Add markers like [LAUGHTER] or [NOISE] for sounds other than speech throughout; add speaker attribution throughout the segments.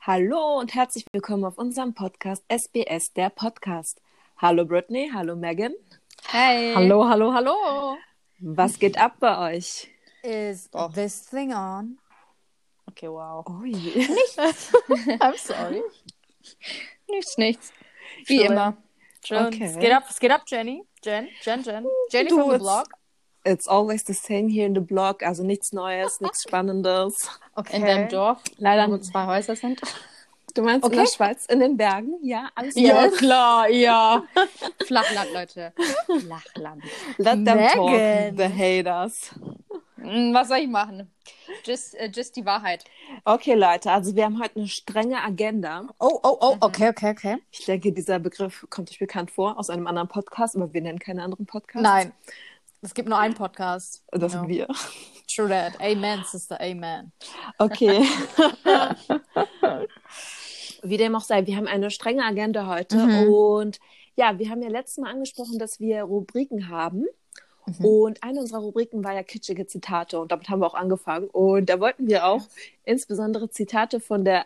Speaker 1: Hallo und herzlich willkommen auf unserem Podcast SBS, der Podcast. Hallo Brittany, hallo Megan.
Speaker 2: Hey.
Speaker 3: Hallo, hallo, hallo.
Speaker 1: Was geht ab bei euch?
Speaker 2: Is
Speaker 3: Doch.
Speaker 2: this thing on?
Speaker 3: Okay, wow.
Speaker 1: Oh je.
Speaker 3: I'm sorry. nichts, nichts. Wie
Speaker 2: Schön.
Speaker 3: immer. Schön.
Speaker 1: Okay.
Speaker 3: Es geht ab, es geht ab, Jenny. Jen, Jen, Jen. Jenny
Speaker 1: Du,
Speaker 3: from the
Speaker 1: it's-
Speaker 3: Blog.
Speaker 1: [LAUGHS] It's always the same here in the blog, also nichts Neues, [LAUGHS] nichts Spannendes.
Speaker 2: Okay.
Speaker 3: In deinem Dorf.
Speaker 1: Leider
Speaker 3: Wo zwei Häuser sind.
Speaker 1: Du meinst
Speaker 3: Okay.
Speaker 1: in der Schweiz, in den Bergen? Ja, alles
Speaker 3: Ja,
Speaker 1: klar.
Speaker 3: klar, ja. Flachland, Leute. Flachland.
Speaker 1: Let them
Speaker 2: Megan.
Speaker 1: talk, the haters.
Speaker 3: Hm, Was soll ich machen? Just, äh, just die Wahrheit.
Speaker 1: Okay, Leute, also wir haben heute eine strenge Agenda.
Speaker 2: Oh, oh, oh,
Speaker 3: Mm-hmm.
Speaker 2: okay, okay, okay.
Speaker 1: Ich denke, dieser Begriff kommt euch bekannt vor aus einem anderen Podcast, aber wir nennen keine anderen Podcasts.
Speaker 2: Nein. Es gibt nur einen Podcast.
Speaker 1: Das
Speaker 2: Ja.
Speaker 1: sind wir.
Speaker 2: True that. Amen, Sister, amen.
Speaker 1: Okay. [LAUGHS] Wie dem auch sei, wir haben eine strenge Agenda heute
Speaker 3: Mhm.
Speaker 1: und ja, wir haben ja letztes Mal angesprochen, dass wir Rubriken haben.
Speaker 3: Mhm.
Speaker 1: Und eine unserer Rubriken war ja kitschige Zitate und damit haben wir auch angefangen. Und da wollten wir auch insbesondere Zitate von der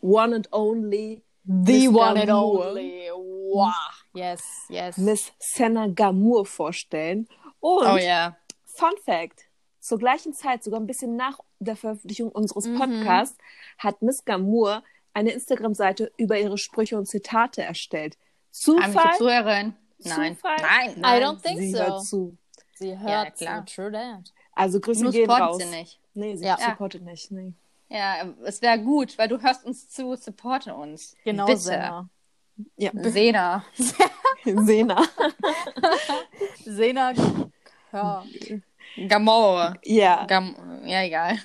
Speaker 1: One and Only
Speaker 2: The
Speaker 1: Mr.
Speaker 2: one and
Speaker 1: Moore.
Speaker 2: only. Wow. Yes, yes.
Speaker 1: Miss Senna Gamur vorstellen. Und
Speaker 3: Oh ja.
Speaker 1: Fun Fact: Zur gleichen Zeit, sogar ein bisschen nach der Veröffentlichung unseres Podcasts, hat Miss Gamur eine Instagram-Seite über ihre Sprüche und Zitate erstellt.
Speaker 3: Heimliche
Speaker 1: Zufall?
Speaker 3: Zuhörerin. Nein.
Speaker 1: Zufall?
Speaker 3: Nein.
Speaker 2: I don't think
Speaker 1: sie
Speaker 2: so.
Speaker 1: hört zu.
Speaker 2: Sie
Speaker 3: Ja,
Speaker 2: hört
Speaker 3: klar.
Speaker 2: so. True that.
Speaker 1: Also Grüße
Speaker 3: Nur
Speaker 1: gehen
Speaker 3: supportet
Speaker 1: raus.
Speaker 3: sie nicht.
Speaker 1: Nee, sie
Speaker 2: Ja.
Speaker 1: supportet nicht. Nee.
Speaker 3: Ja, es wäre gut, weil du hörst uns zu, supporte uns.
Speaker 2: Genau
Speaker 3: Bitte.
Speaker 2: Sena.
Speaker 1: Ja, [LAUGHS]
Speaker 3: Sena.
Speaker 1: Sena.
Speaker 2: Sena, hör.
Speaker 3: Gamoa.
Speaker 1: Ja,
Speaker 3: Gam ja, egal.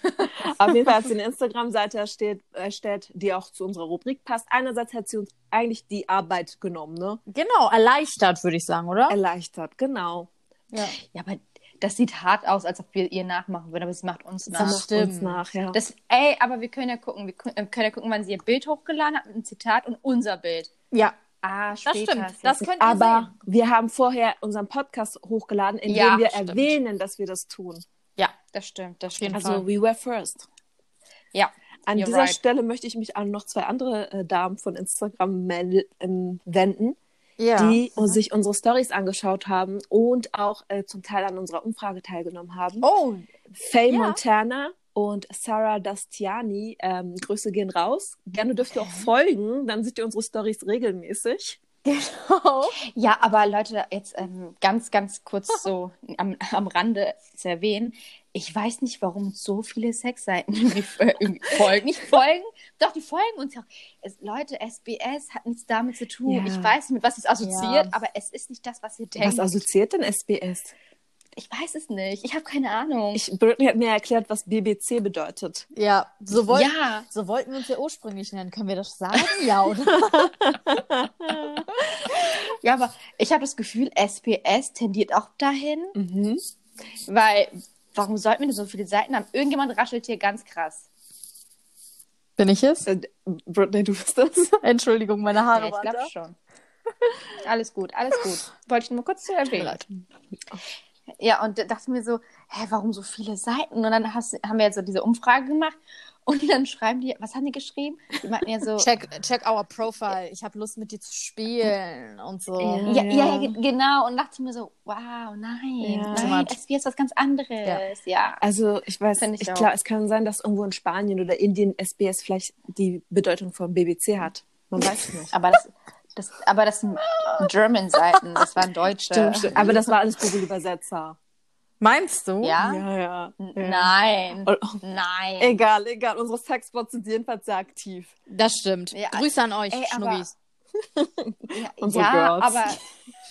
Speaker 1: auf jeden Fall hat sie eine Instagram-Seite erstellt, erstellt, die auch zu unserer Rubrik passt. Einerseits hat sie uns eigentlich die Arbeit genommen, ne?
Speaker 2: Genau, erleichtert, würde ich sagen, oder?
Speaker 1: Erleichtert, genau.
Speaker 2: Ja.
Speaker 3: Ja, aber das sieht hart aus, als ob wir ihr nachmachen würden, aber sie macht uns
Speaker 1: Sie
Speaker 3: nach.
Speaker 1: macht
Speaker 2: stimmt.
Speaker 1: uns nach, ja.
Speaker 3: Das, ey, aber wir können ja gucken. Wir ku- äh, können ja gucken, wann sie ihr Bild hochgeladen hat mit einem Zitat und unser Bild.
Speaker 2: Ja,
Speaker 3: Ah,
Speaker 2: das
Speaker 3: später.
Speaker 2: stimmt. Das könnt ihr
Speaker 1: Aber
Speaker 2: sehen.
Speaker 1: wir haben vorher unseren Podcast hochgeladen, in
Speaker 3: Ja,
Speaker 1: dem wir
Speaker 3: stimmt.
Speaker 1: erwähnen, dass wir das tun.
Speaker 2: Ja,
Speaker 3: das stimmt. Das
Speaker 2: jeden
Speaker 3: stimmt.
Speaker 2: Fall.
Speaker 1: Also we were first.
Speaker 3: Ja.
Speaker 1: An
Speaker 3: You're
Speaker 1: dieser
Speaker 3: right.
Speaker 1: Stelle möchte ich mich an noch zwei andere äh, Damen von Instagram mel- ähm, wenden,
Speaker 2: ja.
Speaker 1: die sich unsere Stories angeschaut haben und auch äh, zum Teil an unserer Umfrage teilgenommen haben.
Speaker 2: Oh,
Speaker 1: Faye
Speaker 2: ja.
Speaker 1: Montana und Sarah Dastiani. Ähm, Grüße gehen raus. Gerne dürft ihr auch folgen, dann seht ihr unsere Stories regelmäßig.
Speaker 2: oh.
Speaker 3: Ja, aber Leute, jetzt ähm, ganz, ganz
Speaker 2: [LAUGHS]
Speaker 3: kurz so am, am Rande zu erwähnen. Ich weiß nicht, warum uns so viele Sexseiten [LAUGHS] irgendwie fol- äh, irgendwie folgen. Nicht folgen, doch, die folgen uns ja auch. Es, Leute, SBS hat nichts damit zu
Speaker 1: Ja.
Speaker 3: tun. Ich weiß, mit was es assoziiert,
Speaker 2: Ja.
Speaker 3: aber es ist nicht das, was ihr denkt.
Speaker 1: Was assoziiert denn SBS?
Speaker 3: ich weiß es nicht. Ich habe keine Ahnung.
Speaker 1: Ich, Britney hat mir erklärt, was BBC bedeutet.
Speaker 2: [LAUGHS] Ja, so wollten,
Speaker 3: ja,
Speaker 2: so wollten wir uns ja ursprünglich nennen. Können wir das sagen? Ja, oder?
Speaker 3: ja, aber ich habe das Gefühl, SBS tendiert auch dahin, weil warum sollten wir denn so viele Seiten haben? Irgendjemand raschelt hier ganz krass.
Speaker 2: [LAUGHS] Bin ich es?
Speaker 1: Äh, Britney, du bist das.
Speaker 2: [LAUGHS] Entschuldigung, meine Haare
Speaker 3: Ja, ich
Speaker 2: waren
Speaker 3: glaube schon. Alles gut, alles gut. Wollte ich nur kurz zu erwähnen. Ja, und da dachte ich mir so, hä, warum so viele Seiten? Und dann hast, haben wir jetzt so diese Umfrage gemacht und dann schreiben die, was haben die geschrieben? Die meinten ja so,
Speaker 2: da. Check, check our profile. Ich habe Lust, mit dir zu spielen und so.
Speaker 1: Ja.
Speaker 3: ja, ja, ja, ge- genau. Und dachte ich mir so, wow, nein,
Speaker 1: Ja.
Speaker 2: Too
Speaker 3: nein,
Speaker 2: much.
Speaker 3: es ist was ganz anderes. Ja.
Speaker 1: [LAUGHS] Also, ich weiß
Speaker 3: Find ich
Speaker 1: nicht,
Speaker 3: auch.
Speaker 1: klar, es kann sein, dass irgendwo in Spanien oder Indien SBS vielleicht die Bedeutung von BBC hat. Man weiß es nicht.
Speaker 3: Aber das, das, aber das sind German-Seiten, das waren Deutsche.
Speaker 1: Stimmt, stimmt. Äh, Aber das war alles Google-Übersetzer.
Speaker 2: Meinst du?
Speaker 3: Ja?
Speaker 1: ja.
Speaker 3: N- Nein,
Speaker 1: Oh,
Speaker 3: nein.
Speaker 1: Egal, egal. Unsere Sexbots sind jedenfalls sehr aktiv.
Speaker 2: Das stimmt.
Speaker 3: Ja.
Speaker 2: Grüße an euch,
Speaker 3: Ey, aber-
Speaker 2: Schnubbis.
Speaker 3: Ja,
Speaker 1: Unsere
Speaker 3: ja
Speaker 1: Girls.
Speaker 3: aber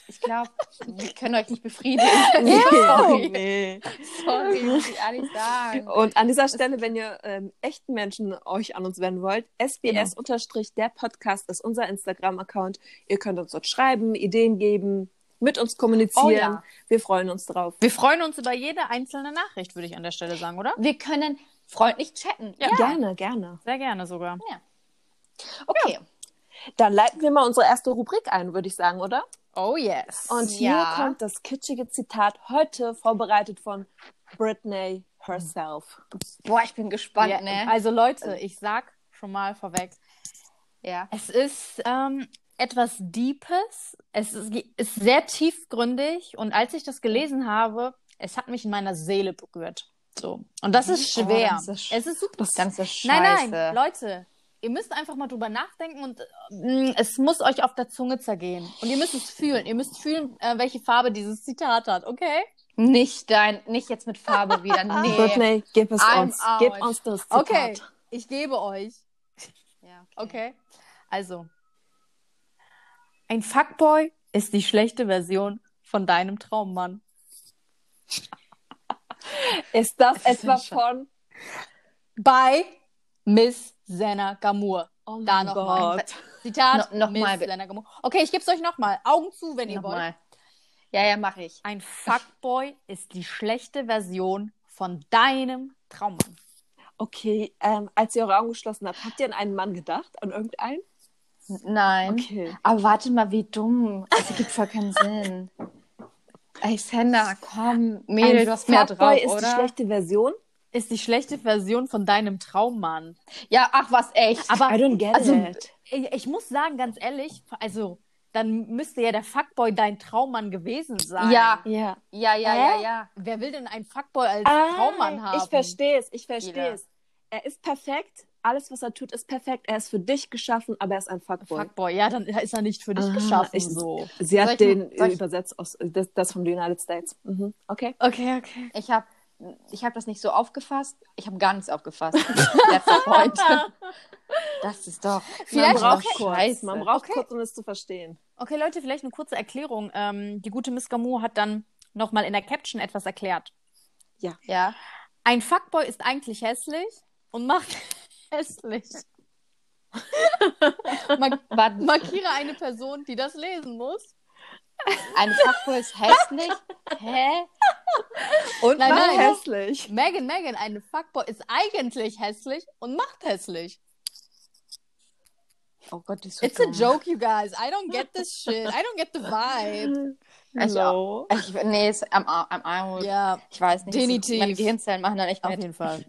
Speaker 3: ich glaube, wir können euch nicht befriedigen.
Speaker 1: [LAUGHS]
Speaker 3: [LAUGHS] Sorry.
Speaker 1: Oh, Nee.
Speaker 3: Sorry, muss ich ehrlich sagen.
Speaker 1: Und an dieser Stelle, wenn ihr ähm, echten Menschen euch an uns wenden wollt,
Speaker 3: Genau.
Speaker 1: SBS unterstrich der Podcast ist unser Instagram-Account. Ihr könnt uns dort schreiben, Ideen geben, mit uns kommunizieren.
Speaker 3: Oh ja.
Speaker 1: Wir freuen uns drauf.
Speaker 2: Wir freuen uns über jede einzelne Nachricht, würde ich an der Stelle sagen, oder?
Speaker 3: Wir können freundlich chatten. Ja.
Speaker 1: Gerne, gerne.
Speaker 2: Sehr gerne sogar.
Speaker 3: Okay.
Speaker 1: Dann leiten wir mal unsere erste Rubrik ein, würde ich sagen, oder?
Speaker 2: Oh yes.
Speaker 1: Und hier
Speaker 3: Ja.
Speaker 1: kommt das kitschige Zitat heute vorbereitet von Britney herself.
Speaker 3: Boah, ich bin gespannt,
Speaker 2: ja,
Speaker 3: ne?
Speaker 2: Also Leute, ich sag schon mal vorweg.
Speaker 3: Ja.
Speaker 2: Es ist ähm, etwas Deepes. Es ist, ist sehr tiefgründig. Und als ich das gelesen habe, es hat mich in meiner Seele berührt. So. Und das ist
Speaker 3: Oh,
Speaker 2: schwer.
Speaker 3: das ist sch-
Speaker 2: es ist super.
Speaker 3: Das ganze Scheiße.
Speaker 2: Nein, nein, Leute, ihr müsst einfach mal drüber nachdenken und äh, es muss euch auf der Zunge zergehen. Und ihr müsst es fühlen. Ihr müsst fühlen, äh, welche Farbe dieses Zitat hat, okay?
Speaker 3: Nicht dein, nicht jetzt mit Farbe wieder. Nee.
Speaker 1: Britney, gib es
Speaker 3: I'm
Speaker 1: uns.
Speaker 3: out.
Speaker 1: Gib uns das Zitat.
Speaker 2: Okay, ich gebe euch.
Speaker 3: Ja,
Speaker 2: Okay. Also. Ein Fuckboy ist die schlechte Version von deinem Traummann.
Speaker 1: Ist das
Speaker 3: Das ist
Speaker 1: etwa
Speaker 3: schon-
Speaker 1: von...
Speaker 2: Bei Miss Senna Gamur.
Speaker 1: Oh mein
Speaker 2: Da nochmal.
Speaker 1: Gott.
Speaker 2: Zitat
Speaker 3: No- noch
Speaker 2: Miss
Speaker 3: mal bitte.
Speaker 2: Senna Gamur. Okay, ich geb's euch nochmal. Augen zu, wenn ihr wollt.
Speaker 3: Nochmal. Ja, ja, mache ich.
Speaker 2: Ein Fuckboy ist die schlechte Version von deinem Traummann.
Speaker 1: Okay, ähm, als ihr eure Augen geschlossen habt, habt ihr an einen Mann gedacht? An irgendeinen?
Speaker 3: Nein.
Speaker 1: Okay.
Speaker 3: Aber warte mal, wie dumm. Das ergibt voll keinen Sinn. Alexander, komm, Mädel,
Speaker 1: Ein
Speaker 3: du hast mehr
Speaker 1: Fuckboy
Speaker 3: drauf,
Speaker 1: ist die
Speaker 3: oder?
Speaker 1: schlechte Version.
Speaker 2: Ist die schlechte Version von deinem Traummann.
Speaker 3: Ja, ach was, echt.
Speaker 2: Aber
Speaker 1: I don't get
Speaker 2: also,
Speaker 1: it.
Speaker 2: ich ich muss sagen, ganz ehrlich, also dann müsste ja der Fuckboy dein Traummann gewesen sein.
Speaker 3: Ja.
Speaker 1: Ja.
Speaker 3: ja, ja, ja,
Speaker 2: Hä?
Speaker 3: ja.
Speaker 2: Wer will denn einen Fuckboy als
Speaker 1: Ah,
Speaker 2: Traummann haben?
Speaker 1: Ich verstehe es, ich
Speaker 3: Jeder.
Speaker 1: verstehe es. Er ist perfekt, alles, was er tut, ist perfekt. Er ist für dich geschaffen, aber er ist ein Fuckboy.
Speaker 2: Fuckboy, ja, dann ist er nicht für dich
Speaker 1: Ah,
Speaker 2: geschaffen.
Speaker 1: ich-
Speaker 2: so.
Speaker 1: Sie
Speaker 3: Soll ich
Speaker 1: hat den
Speaker 3: mal- soll ich-
Speaker 1: übersetzt aus das, das von den United States. Mhm. Okay.
Speaker 2: Okay, okay.
Speaker 3: Ich habe ich hab das nicht so aufgefasst. Ich habe gar nichts aufgefasst. [LAUGHS] Letzter Point. Das ist doch.
Speaker 2: Vielleicht
Speaker 1: man braucht
Speaker 2: okay.
Speaker 1: kurz.
Speaker 3: Scheiße.
Speaker 1: Man braucht
Speaker 2: Okay.
Speaker 1: kurz, um es zu verstehen.
Speaker 2: Okay, Leute, vielleicht eine kurze Erklärung. Ähm, die gute Miss Gamu hat dann nochmal in der Caption etwas erklärt.
Speaker 3: Ja.
Speaker 2: Ein Fuckboy ist eigentlich hässlich und macht [LAUGHS] hässlich.
Speaker 3: Mark warte,
Speaker 2: Markiere eine Person, die das lesen muss.
Speaker 3: ein Fuckboy ist hässlich. Hä?
Speaker 1: Und
Speaker 2: Nein,
Speaker 1: war
Speaker 2: nein.
Speaker 1: hässlich.
Speaker 2: Megan, Megan, ein Fuckboy ist eigentlich hässlich und macht hässlich.
Speaker 3: Oh Gott, die ist so
Speaker 2: It's a
Speaker 3: dumm.
Speaker 2: joke, you guys. I don't get this shit. I don't get the vibe.
Speaker 3: Also,
Speaker 1: Hello.
Speaker 3: Ich, nee, ist am, Ar- am Armut.
Speaker 2: Ja,
Speaker 3: Ich weiß nicht.
Speaker 2: Definitiv.
Speaker 3: Meine Gehirnzellen machen da nicht
Speaker 2: auf
Speaker 3: mit.
Speaker 2: jeden Fall.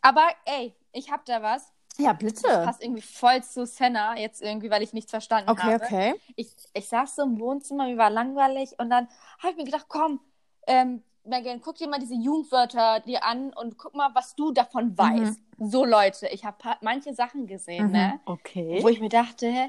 Speaker 3: Aber ey, ich hab da was.
Speaker 2: Ja,
Speaker 3: Das
Speaker 2: bitte.
Speaker 3: passt irgendwie voll zu Senna jetzt irgendwie, weil ich nichts verstanden
Speaker 2: Okay,
Speaker 3: habe.
Speaker 2: okay.
Speaker 3: Ich, ich saß so im Wohnzimmer, mir war langweilig und dann habe ich mir gedacht, komm, ähm, Megan, guck dir mal diese Jugendwörter dir an und guck mal, was du davon weißt. So Leute, ich habe manche Sachen gesehen,
Speaker 2: Mhm.
Speaker 3: ne?
Speaker 1: Okay.
Speaker 3: wo ich mir dachte,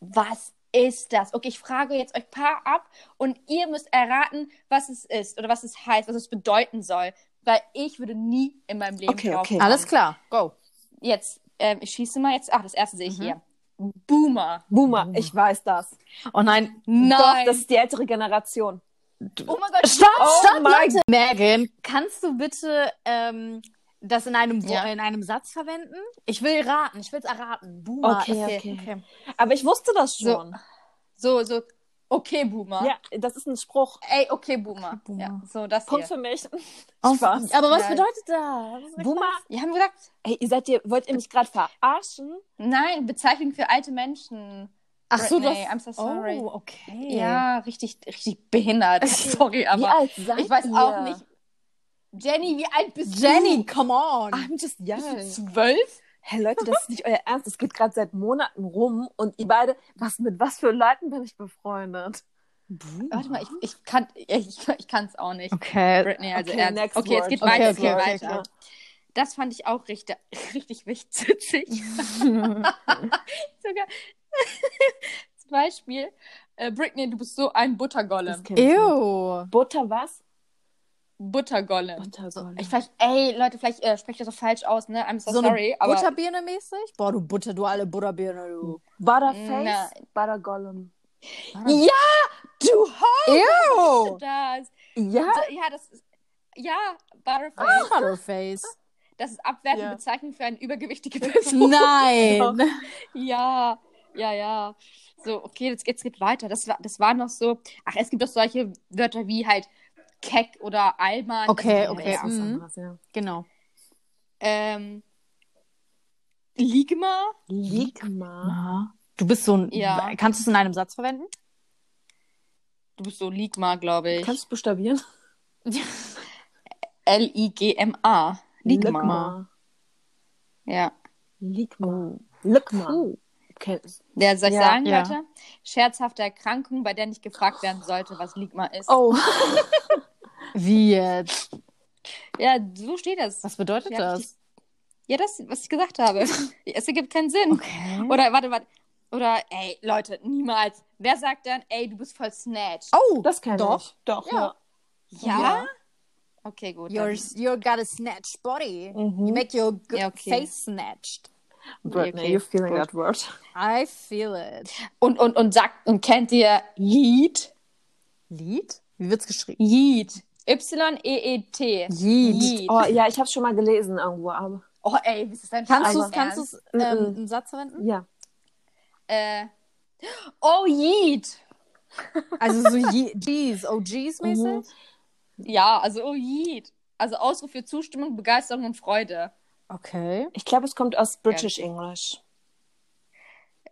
Speaker 3: was ist das? Okay, ich frage jetzt euch paar ab und ihr müsst erraten, was es ist oder was es heißt, was es bedeuten soll, weil ich würde nie in meinem Leben
Speaker 1: Okay,
Speaker 3: drauf
Speaker 1: okay.
Speaker 3: kommen.
Speaker 2: Alles klar. Go.
Speaker 3: Jetzt, ähm, ich schieße mal jetzt. Ach, das erste sehe ich
Speaker 2: Mhm.
Speaker 3: hier. Boomer.
Speaker 1: Boomer, ich weiß das.
Speaker 2: Oh nein.
Speaker 1: Doch,
Speaker 3: Nein.
Speaker 1: das ist die ältere Generation.
Speaker 3: oh mein Gott.
Speaker 2: Stopp,
Speaker 1: Oh
Speaker 2: stopp,
Speaker 1: mein
Speaker 2: Leute. Megan, kannst du bitte ähm, das in einem, Wo-
Speaker 3: Ja.
Speaker 2: in einem Satz verwenden? Ich will raten. Ich will es erraten. Boomer.
Speaker 1: Okay,
Speaker 2: ist-
Speaker 1: okay. Aber ich wusste das
Speaker 3: So.
Speaker 1: schon.
Speaker 3: So, so. Okay, Boomer.
Speaker 1: Ja, das ist ein Spruch.
Speaker 3: Ey, okay, Boomer.
Speaker 2: Boomer.
Speaker 3: Ja, so, das
Speaker 1: Punkt
Speaker 3: hier.
Speaker 1: für mich.
Speaker 2: Oh,
Speaker 1: Spaß.
Speaker 2: Aber was
Speaker 3: Ja.
Speaker 2: bedeutet das?
Speaker 1: Boomer,
Speaker 3: Wir haben gesagt,
Speaker 1: ey, ihr seid ihr, wollt ihr mich gerade verarschen?
Speaker 3: nein, Bezeichnung für alte Menschen.
Speaker 2: Ach so, das.
Speaker 3: Britney, I'm so sorry.
Speaker 2: Oh, okay.
Speaker 3: Ja, richtig, richtig behindert. [LAUGHS] Sorry, aber.
Speaker 1: Wie alt seid
Speaker 3: Ich weiß
Speaker 1: ihr?
Speaker 3: auch nicht. Jenny, wie alt bist
Speaker 2: Jenny,
Speaker 3: du?
Speaker 2: come on.
Speaker 1: I'm just young.
Speaker 3: zwölf?
Speaker 1: Hey Leute, das ist nicht euer Ernst. Es geht gerade seit Monaten rum und ihr beide, was mit was für Leuten bin ich befreundet?
Speaker 3: Warte mal, ich, ich kann ich, ich kann es auch nicht.
Speaker 2: Okay.
Speaker 3: Britney, also
Speaker 1: Okay,
Speaker 3: ernst.
Speaker 1: next
Speaker 3: Okay, jetzt geht
Speaker 1: word.
Speaker 3: weiter,
Speaker 2: Okay,
Speaker 3: es geht
Speaker 2: okay,
Speaker 3: weiter. Das fand ich auch richtig, [LAUGHS] richtig witzig.
Speaker 1: [LAUGHS]
Speaker 3: Sogar. [LAUGHS] Zum Beispiel, äh, Britney, du bist so ein Buttergollem.
Speaker 1: Das kenn ich nicht.
Speaker 2: Ew.
Speaker 1: Butter was?
Speaker 3: Buttergollem.
Speaker 1: Buttergolle.
Speaker 3: Ich vielleicht, ey, Leute, vielleicht äh, spreche ich das so falsch aus, ne? I'm so,
Speaker 2: So
Speaker 3: sorry.
Speaker 2: eine
Speaker 3: Aber
Speaker 2: Butterbirne mäßig? Boah, du Butter, du alle Butterbirne, du.
Speaker 1: Butterface?
Speaker 3: Nein.
Speaker 1: Buttergollum. Hm.
Speaker 3: ja, du
Speaker 2: Ew!
Speaker 3: hast das.
Speaker 1: Ja?
Speaker 3: So, ja, Ah. das ist. Ja, Butterfly.
Speaker 2: Ah. Butterface.
Speaker 3: Das ist abwertende
Speaker 1: Ja.
Speaker 3: Bezeichnung für eine übergewichtige
Speaker 2: [LAUGHS]
Speaker 3: Person.
Speaker 2: Nein.
Speaker 3: ja, ja, ja. So, okay, jetzt, jetzt geht weiter. Das war, das war noch so. Ach, es gibt doch solche Wörter wie halt keck oder Alman.
Speaker 2: Okay,
Speaker 3: Also,
Speaker 2: okay.
Speaker 1: Ja, ist was
Speaker 2: mhm.
Speaker 1: anderes, ja.
Speaker 2: Genau.
Speaker 3: Ähm, Ligma?
Speaker 1: Ligma.
Speaker 2: Du bist so ein.
Speaker 3: Ja.
Speaker 2: Kannst du es in einem Satz verwenden?
Speaker 3: Du bist so Ligma, glaube ich.
Speaker 1: Kannst du es buchstabieren?
Speaker 3: L-I-G-M-A. Ligma. Ja.
Speaker 1: Ligma. Ligma.
Speaker 2: Puh.
Speaker 1: Okay.
Speaker 3: Ja, soll ich
Speaker 2: Ja,
Speaker 3: sagen,
Speaker 2: ja.
Speaker 3: Leute? Scherzhafte Erkrankung, bei der nicht gefragt werden sollte, was Ligma ist.
Speaker 1: Oh,
Speaker 2: Wie jetzt?
Speaker 3: Ja, so steht das.
Speaker 2: Was bedeutet
Speaker 3: Ja,
Speaker 2: das?
Speaker 3: Ja, das, was ich gesagt habe. Es ergibt keinen Sinn.
Speaker 2: Okay.
Speaker 3: Oder, warte, warte. Oder, ey, Leute, niemals. Wer sagt dann, ey, du bist voll snatched?
Speaker 2: Oh,
Speaker 1: das kann
Speaker 2: Doch.
Speaker 1: ich. Doch,
Speaker 2: Ja.
Speaker 1: ja.
Speaker 3: ja? Okay, gut.
Speaker 2: You're,
Speaker 3: dann.
Speaker 2: you got a snatched body.
Speaker 1: Mhm.
Speaker 2: You make your g-
Speaker 3: Ja, okay.
Speaker 2: face snatched.
Speaker 1: Britney,
Speaker 3: Okay,
Speaker 1: you're feeling
Speaker 3: gut.
Speaker 1: that word. [LAUGHS]
Speaker 2: I feel it.
Speaker 3: Und, und, und sagt, und kennt ihr Yeet?
Speaker 2: Lied? Wie wird's geschrieben?
Speaker 3: Yeet. E Y-E-E-T.
Speaker 2: Yeet.
Speaker 1: Oh ja, ich habe schon mal gelesen irgendwo, aber
Speaker 3: Oh, ey, wie ist das denn? Also,
Speaker 2: Kannst
Speaker 1: Aber-
Speaker 2: du kannst du's, ähm,
Speaker 1: Mhm.
Speaker 2: einen Satz verwenden?
Speaker 1: ja.
Speaker 3: Äh, oh, Yeet.
Speaker 2: Also so ye- Jeez, oh Jeez mäßig?
Speaker 3: Ja, also oh Yeet. Also Ausruf für Zustimmung, Begeisterung und Freude.
Speaker 2: Okay.
Speaker 1: Ich glaube, es kommt aus British English.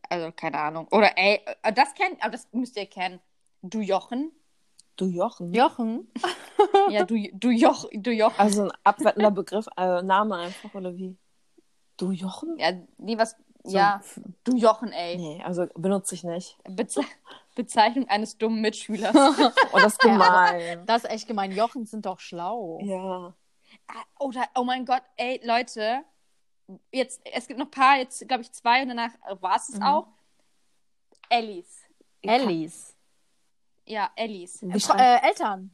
Speaker 3: Also keine Ahnung. Oder ey, äh, das kennt, aber das müsst ihr kennen. Du Jochen?
Speaker 1: Du Jochen.
Speaker 2: Jochen?
Speaker 3: Ja, du, du, Joch, du Jochen.
Speaker 1: Also ein abwertender Begriff, äh, Name einfach, oder wie? Du Jochen?
Speaker 3: Ja, nee, was. Ja, du Jochen, ey.
Speaker 1: Nee, also benutze ich nicht.
Speaker 3: Beze Bezeichnung eines dummen
Speaker 2: [LAUGHS]
Speaker 3: Mitschülers. Ah,
Speaker 1: Oh, [LAUGHS] das ist gemein. Äh,
Speaker 2: Das ist echt gemein. Jochen sind doch schlau.
Speaker 1: ja.
Speaker 3: Ah, Oder, oh mein Gott, ey, Leute. Jetzt, es gibt noch ein paar, jetzt glaube ich zwei und danach war es es
Speaker 2: Mhm.
Speaker 3: auch. Ellis.
Speaker 2: Alice.
Speaker 3: Ja, Ellis.
Speaker 1: Wie
Speaker 2: Fr-
Speaker 1: schreibt-
Speaker 2: äh, Eltern.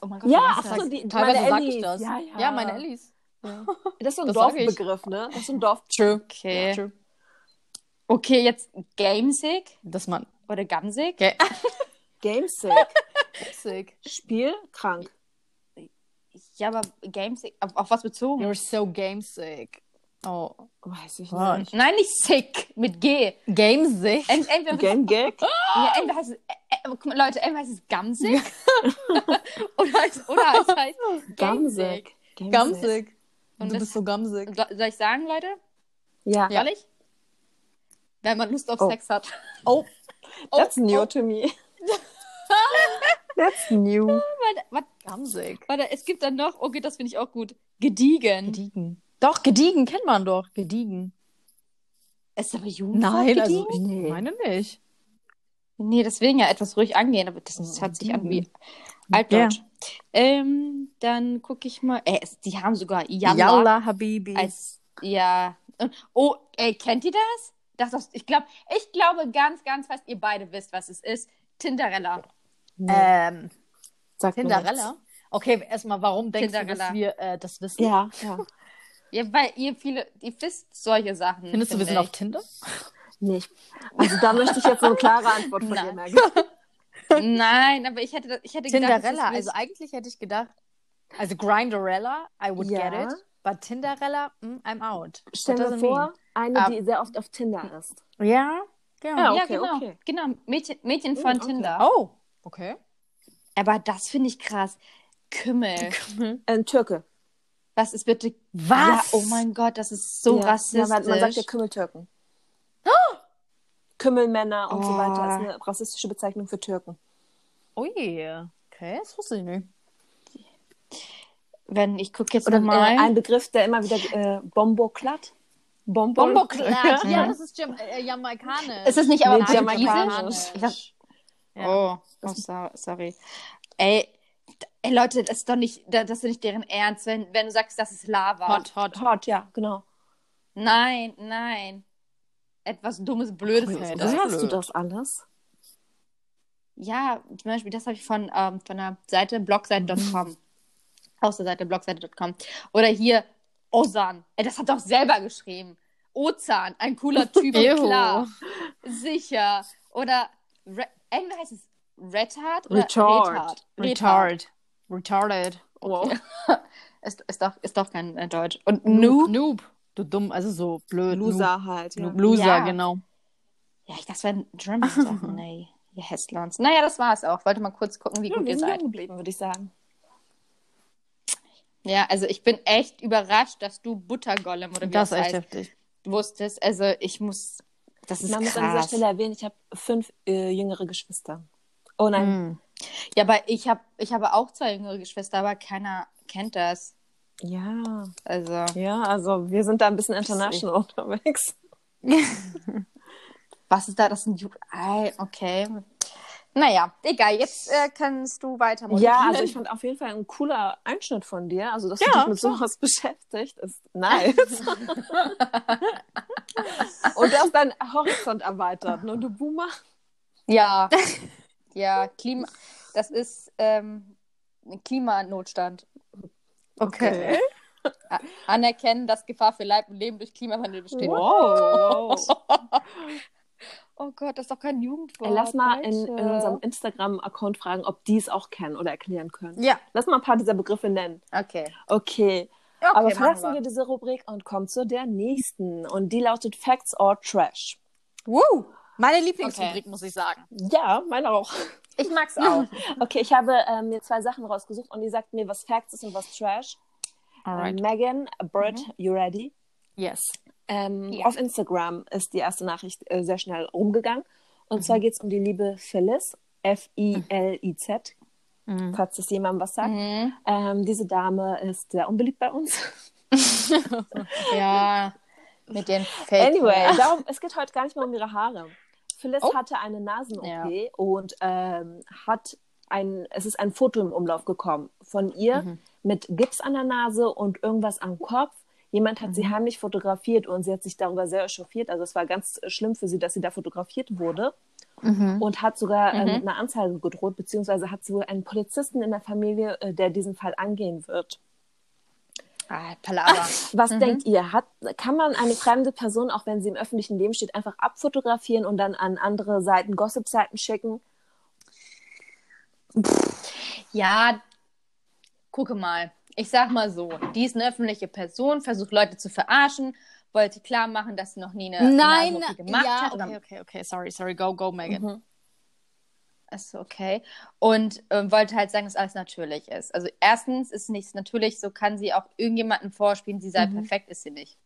Speaker 3: Oh mein Gott.
Speaker 1: ja,
Speaker 3: wie
Speaker 1: ach
Speaker 3: hieß das?
Speaker 1: so, die,
Speaker 2: Teilweise
Speaker 1: meine
Speaker 2: sag ich
Speaker 1: Ellis.
Speaker 2: das.
Speaker 1: Ja, ja.
Speaker 2: meine Alice.
Speaker 1: Das ist so ein
Speaker 2: Das sag ich.
Speaker 1: Dorfbegriff, ne? Das ist so ein Dorf.
Speaker 3: Okay.
Speaker 2: True.
Speaker 3: Okay, jetzt Gamesick
Speaker 2: Dass man.
Speaker 3: oder Gamsick?
Speaker 2: Okay.
Speaker 1: [LAUGHS] Gamesick.
Speaker 2: Sick.
Speaker 1: Spielkrank.
Speaker 3: Ja, aber Gamesick, auf, auf was bezogen?
Speaker 2: You're so game sick. Oh.
Speaker 1: Weiß ich
Speaker 2: Mann.
Speaker 1: nicht.
Speaker 3: Nein, nicht sick, mit G.
Speaker 2: Game sick?
Speaker 3: Ent, entweder,
Speaker 1: Game
Speaker 3: [LAUGHS]
Speaker 1: Gag?
Speaker 3: ja, entweder heißt es, äh, äh, guck mal, Leute, entweder heißt es Gamsick [LAUGHS] oder, heißt, oder es heißt Gamsick.
Speaker 1: Gamsick. Gamsick.
Speaker 2: Gamsick.
Speaker 3: Und
Speaker 2: du
Speaker 3: das-
Speaker 2: bist so gamsig.
Speaker 3: So, soll ich sagen, Leute?
Speaker 1: Ja.
Speaker 2: Ja.
Speaker 3: Ehrlich? Wenn man Lust auf
Speaker 1: Oh.
Speaker 3: Sex hat.
Speaker 2: Oh,
Speaker 1: That's
Speaker 3: oh.
Speaker 1: new to
Speaker 3: [LAUGHS]
Speaker 1: me. That's new.
Speaker 3: Warte, warte,
Speaker 2: gamsig.
Speaker 3: warte, es gibt dann noch, oh, okay, das finde ich auch gut. Gediegen.
Speaker 2: Gediegen. Doch, gediegen kennt man doch. Gediegen.
Speaker 3: Ist aber Jugend.
Speaker 2: Nein, also ich
Speaker 1: gediegen? Nee.
Speaker 2: meine nicht.
Speaker 3: Nee, deswegen ja etwas ruhig angehen, aber das, das hört sich an wie Altdeutsch. Ähm, dann gucke ich mal. Ey, es, die haben sogar Yalla,
Speaker 2: Habibi.
Speaker 1: Äh,
Speaker 3: als ja. Und- Oh, ey, kennt ihr das? das ist- ich glaube, ich glaube ganz, ganz fast ihr beide wisst, was es ist. Tinderella.
Speaker 1: Nee,
Speaker 2: ähm,
Speaker 1: sagt mir
Speaker 2: Tinderella? Okay, erstmal, warum denkst du,
Speaker 3: Tinderella.
Speaker 2: dass wir äh, das wissen?
Speaker 1: nichts. Ja, ja.
Speaker 3: Ja, weil ihr viele, ihr wisst solche Sachen.
Speaker 2: Findest du, wir
Speaker 3: find
Speaker 2: sind
Speaker 3: ich.
Speaker 2: auf Tinder?
Speaker 1: Nee, ich, also da möchte ich jetzt eine klare Antwort von dir
Speaker 3: Nein.
Speaker 1: merken.
Speaker 3: [LAUGHS] Nein, aber ich hätte, das- ich hätte gedacht, das
Speaker 2: Tinderella,
Speaker 3: ist
Speaker 2: also eigentlich hätte ich gedacht, also Grinderella, I would
Speaker 1: Ja.
Speaker 2: get it, but Tinderella, mm, I'm out. What
Speaker 1: Stell
Speaker 2: does
Speaker 1: dir
Speaker 2: it
Speaker 1: vor, eine,
Speaker 3: Ah. Hm.
Speaker 1: die sehr oft auf Tinder ist.
Speaker 2: mean? Ja, genau.
Speaker 1: Ja,
Speaker 3: ja,
Speaker 1: okay,
Speaker 3: genau,
Speaker 1: okay.
Speaker 3: genau, Mädchen, Mädchen von
Speaker 1: okay.
Speaker 3: Tinder.
Speaker 2: Oh, okay.
Speaker 3: Aber das finde ich krass. Kümmel.
Speaker 1: Ein Ähm, Türke.
Speaker 3: Was ist bitte
Speaker 2: Was?
Speaker 3: Ja, oh mein Gott, das ist so
Speaker 1: ja.
Speaker 3: rassistisch.
Speaker 1: Ja, man- man sagt ja Kümmeltürken. Kümmelmänner und so
Speaker 3: Oh.
Speaker 1: weiter ist eine rassistische Bezeichnung für Türken.
Speaker 2: Ui, okay, das wusste ich nicht.
Speaker 3: Wenn ich gucke jetzt
Speaker 1: Oder
Speaker 3: nochmal.
Speaker 1: äh, ein Begriff, der immer wieder äh, Bomboklat. Bombo
Speaker 2: Bomboklat, [LAUGHS] ja, das ist Jam äh, jamaikanisch.
Speaker 3: ist es nicht aber
Speaker 1: Nee,
Speaker 3: portugiesisch?
Speaker 1: jamaikanisch.
Speaker 3: Ich hab-
Speaker 2: Ja.
Speaker 3: Oh, oh, so- sorry. Ey, d- ey, Leute, das ist doch nicht, da- das ist doch nicht deren Ernst, wenn, wenn du sagst, das ist Lava.
Speaker 2: Hot, hot.
Speaker 1: Hot, ja, genau.
Speaker 3: Nein, nein. Etwas Dummes, Blödes.
Speaker 2: Okay,
Speaker 3: ist
Speaker 2: das
Speaker 3: das.
Speaker 2: ist
Speaker 1: Woher hast du
Speaker 2: blöd.
Speaker 1: das alles?
Speaker 3: Ja, zum Beispiel, das habe ich von, ähm, von der Seite blogseite.com. Aus der Seite blogseite.com. Oder hier, Ozan. Ey, das hat doch selber geschrieben. Ozan, ein cooler Typ,
Speaker 2: Ew.
Speaker 3: klar. Sicher. Oder, Re irgendwie heißt es Retard? Oder
Speaker 1: Retard.
Speaker 3: Retard.
Speaker 2: Retard. Retarded.
Speaker 1: Wow.
Speaker 3: Ist, ist, doch, ist doch kein äh, Deutsch. Und Noob?
Speaker 2: Noob. Noob. Du dumm, also so blöd.
Speaker 1: Loser halt. Ja.
Speaker 2: Noob. Noob. Loser,
Speaker 3: Ja.
Speaker 2: genau.
Speaker 3: Ja, ich dachte, es wären Germans. doch. nee, ihr Hesslands. Naja, das war's auch. Wollte mal kurz gucken, wie
Speaker 1: Ja,
Speaker 3: gut
Speaker 1: wir
Speaker 3: ihr
Speaker 1: sind
Speaker 3: seid.
Speaker 1: jung geblieben, würde ich sagen.
Speaker 3: Ja, also ich bin echt überrascht, dass du Buttergolem oder wie
Speaker 2: Das
Speaker 3: das,
Speaker 2: ist echt
Speaker 3: heißt.
Speaker 2: heftig.
Speaker 3: wusstest. Also ich muss. Das ist
Speaker 1: Man muss an dieser
Speaker 3: krass.
Speaker 1: Stelle erwähnen, ich habe fünf äh, jüngere Geschwister. Oh nein,
Speaker 2: Mm.
Speaker 3: Ja, aber ich habe ich habe auch zwei jüngere Geschwister, aber keiner kennt das.
Speaker 1: Ja,
Speaker 3: Also,
Speaker 1: ja, also wir sind da ein bisschen international unterwegs.
Speaker 3: was ist da? Das ist ein Jugend. Ei, okay. Naja, egal, jetzt äh, kannst du weitermachen.
Speaker 1: Ja, also ich fand auf jeden Fall ein cooler Einschnitt von dir. Also, dass du dich mit sowas beschäftigt, ist nice. Und du hast deinen Horizont erweitert, ne? Du Boomer.
Speaker 3: Ja, ja, Klima. Das ist ähm, ein Klimanotstand.
Speaker 2: Okay.
Speaker 3: A- Anerkennen, dass Gefahr für Leib und Leben durch Klimawandel besteht.
Speaker 1: Wow.
Speaker 3: Oh Gott, das ist doch kein Jugendwort.
Speaker 1: Ey, Äh, lass mal in, in
Speaker 3: Leute.
Speaker 1: unserem Instagram-Account fragen, ob die es auch kennen oder erklären können.
Speaker 2: Ja,
Speaker 1: Lass mal ein paar dieser Begriffe nennen.
Speaker 3: Okay.
Speaker 1: Okay,
Speaker 2: okay,
Speaker 1: aber
Speaker 2: machen
Speaker 1: verlassen
Speaker 2: wir.
Speaker 1: wir diese Rubrik und kommen zu der nächsten. Und die lautet Facts or Trash.
Speaker 2: Woo! Meine Lieblingsrubrik, muss ich sagen.
Speaker 1: Ja, meine auch.
Speaker 2: Ich
Speaker 1: [LAUGHS]
Speaker 2: mag's auch.
Speaker 1: Okay, ich habe äh, mir zwei Sachen rausgesucht und die sagt mir, was Facts ist und was Trash. Ähm,
Speaker 2: Alright. Mhm.
Speaker 1: Megan, Britt, you ready?
Speaker 2: Yes.
Speaker 1: Ähm,
Speaker 3: Ja.
Speaker 1: Auf Instagram ist die erste Nachricht äh, sehr schnell rumgegangen. Und
Speaker 2: Mhm.
Speaker 1: zwar geht es um die liebe Phyllis, F-I-L-I-Z,
Speaker 2: Mhm.
Speaker 1: falls das jemandem was sagt.
Speaker 3: Mhm.
Speaker 1: Ähm, diese Dame ist sehr unbeliebt bei uns.
Speaker 3: Ja, mit den Fake.
Speaker 1: [LAUGHS] Anyway, darum, es geht heute gar nicht mehr um ihre Haare. Phyllis
Speaker 3: Oh.
Speaker 1: hatte eine Nasen-OP und ähm, hat ein, es ist ein Foto im Umlauf gekommen von ihr mit Gips an der Nase und irgendwas am Kopf. Jemand hat sie heimlich fotografiert und sie hat sich darüber sehr echauffiert. Also es war ganz schlimm für sie, dass sie da fotografiert wurde und hat sogar äh, mit einer Anzeige gedroht, beziehungsweise hat sie wohl einen Polizisten in der Familie, äh, der diesen Fall angehen wird.
Speaker 3: Ah, Palaver.
Speaker 1: Was
Speaker 3: Mhm.
Speaker 1: denkt ihr? Hat, kann man eine fremde Person, auch wenn sie im öffentlichen Leben steht, einfach abfotografieren und dann an andere Seiten, Gossip-Seiten schicken?
Speaker 3: Ja, gucke mal. Ich sag mal so, die ist eine öffentliche Person, versucht Leute zu verarschen, wollte klar machen, dass sie noch nie eine
Speaker 2: Äh, Nein,
Speaker 3: Nasen-OP gemacht
Speaker 2: ja,
Speaker 3: hat.
Speaker 2: okay, okay, okay, sorry, sorry, go, go, Megan.
Speaker 3: Achso, okay. Und ähm, wollte halt sagen, dass alles natürlich ist. Also erstens ist nichts natürlich, so kann sie auch irgendjemandem vorspielen, sie sei
Speaker 2: Mhm.
Speaker 3: perfekt, ist sie nicht.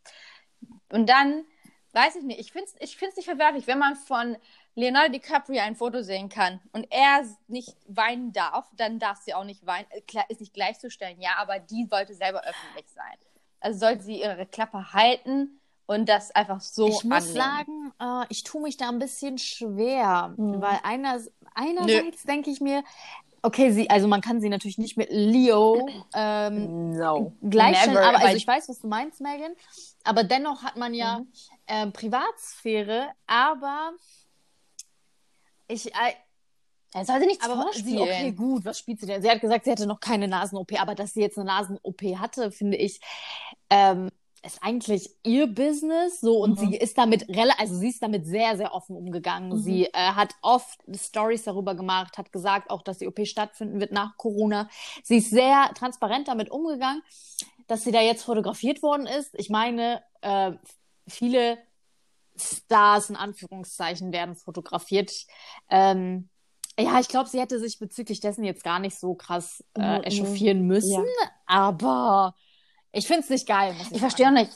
Speaker 3: Und dann, weiß ich nicht, ich finde es ich find's nicht verwerflich, wenn man von Leonardo DiCaprio ein Foto sehen kann und er nicht weinen darf, dann darf sie auch nicht weinen. Äh, Klar, ist nicht gleichzustellen, ja, aber die sollte selber öffentlich sein. Also sollte sie ihre Klappe halten und das einfach so
Speaker 2: Ich muss
Speaker 3: annehmen.
Speaker 2: sagen, äh, ich tue mich da ein bisschen schwer,
Speaker 1: Hm.
Speaker 2: weil einer, einerseits denke ich mir, okay, sie, also man kann sie natürlich nicht mit Leo ähm,
Speaker 1: No.
Speaker 2: gleichstellen,
Speaker 3: Never,
Speaker 2: aber also
Speaker 3: weil-
Speaker 2: ich weiß, was du meinst, Megan. Aber dennoch hat man ja ähm, Privatsphäre, aber ich, äh,
Speaker 3: Er sollte nichts
Speaker 2: aber sie,
Speaker 3: vorspielen.
Speaker 2: okay, gut, was spielt sie denn? Sie hat gesagt, sie hätte noch keine Nasen-OP, aber dass sie jetzt eine Nasen-OP hatte, finde ich, ähm, ist eigentlich ihr Business so und
Speaker 3: Mhm.
Speaker 2: sie ist damit rela- also sie ist damit sehr sehr offen umgegangen. Sie äh, hat oft Stories darüber gemacht, hat gesagt auch, dass die OP stattfinden wird nach Corona. Sie ist sehr transparent damit umgegangen, dass sie da jetzt fotografiert worden ist. Ich meine, äh, viele Stars in Anführungszeichen werden fotografiert. Ähm, ja, ich glaube, sie hätte sich bezüglich dessen jetzt gar nicht so krass
Speaker 1: Mhm,
Speaker 2: äh,
Speaker 1: mhm.
Speaker 2: echauffieren müssen, aber ich finde es nicht geil. Muss ich
Speaker 3: Ich verstehe auch nicht.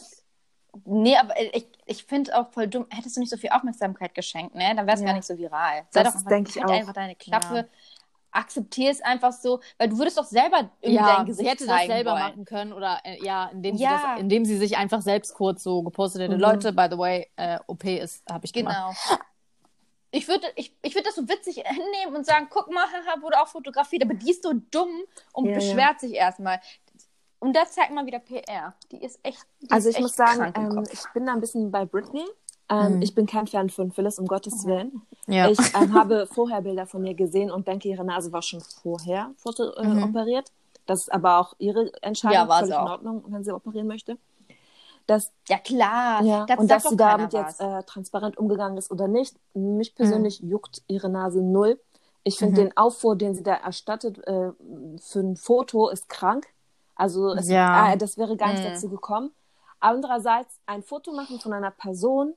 Speaker 3: Nee, aber äh, ich, ich finde auch voll dumm, hättest du nicht so viel Aufmerksamkeit geschenkt, ne? Dann wäre es
Speaker 1: Ja.
Speaker 3: gar nicht so viral.
Speaker 1: Das
Speaker 3: einfach-
Speaker 1: denke ich
Speaker 3: halt
Speaker 1: auch.
Speaker 3: einfach deine Klappe. Akzeptier es einfach so, weil du würdest doch selber irgendwie
Speaker 2: Ja,
Speaker 3: dein Gesicht
Speaker 2: sie hätte das
Speaker 3: zeigen
Speaker 2: selber
Speaker 3: wollen.
Speaker 2: machen können oder äh, ja, indem sie,
Speaker 3: Ja.
Speaker 2: Das, indem sie sich einfach selbst kurz so gepostet hätte.
Speaker 1: Mhm.
Speaker 2: Leute, by the way, äh, OP ist, habe ich gemacht.
Speaker 3: Genau. Ich würde ich, ich würd das so witzig hinnehmen und sagen, guck mal, haha, wurde auch fotografiert, aber die ist so dumm und
Speaker 1: Ja, ja.
Speaker 3: beschwert sich erstmal. Und da zeigt man wieder PR. Die ist echt. Die
Speaker 1: Also
Speaker 3: ist
Speaker 1: ich
Speaker 3: echt
Speaker 1: muss sagen,
Speaker 3: krank im
Speaker 1: ähm,
Speaker 3: Kopf.
Speaker 1: ich bin da ein bisschen bei Britney. Ähm,
Speaker 2: Mhm.
Speaker 1: Ich bin kein Fan von Phyllis, um Gottes
Speaker 3: Mhm.
Speaker 1: Willen.
Speaker 3: Genau.
Speaker 2: Ja.
Speaker 1: Ich ähm, habe [LAUGHS] vorher Bilder von ihr gesehen und denke, ihre Nase war schon vorher foto, äh, operiert. Das ist aber auch ihre Entscheidung,
Speaker 3: Mhm. Ja, war sie
Speaker 1: völlig in
Speaker 3: auch.
Speaker 1: Ordnung, wenn sie operieren möchte. Das
Speaker 3: ja, klar.
Speaker 1: Ja,
Speaker 3: Da
Speaker 1: und
Speaker 3: sagt
Speaker 1: dass
Speaker 3: doch
Speaker 1: sie
Speaker 3: keiner
Speaker 1: damit
Speaker 3: was.
Speaker 1: jetzt äh, transparent umgegangen ist oder nicht, mich persönlich juckt ihre Nase null. Ich finde den Auffuhr, den sie da erstattet äh, für ein Foto, ist krank. Also es,
Speaker 2: Ja.
Speaker 1: äh, das wäre gar nicht
Speaker 3: Mhm.
Speaker 1: dazu gekommen. Andererseits ein Foto machen von einer Person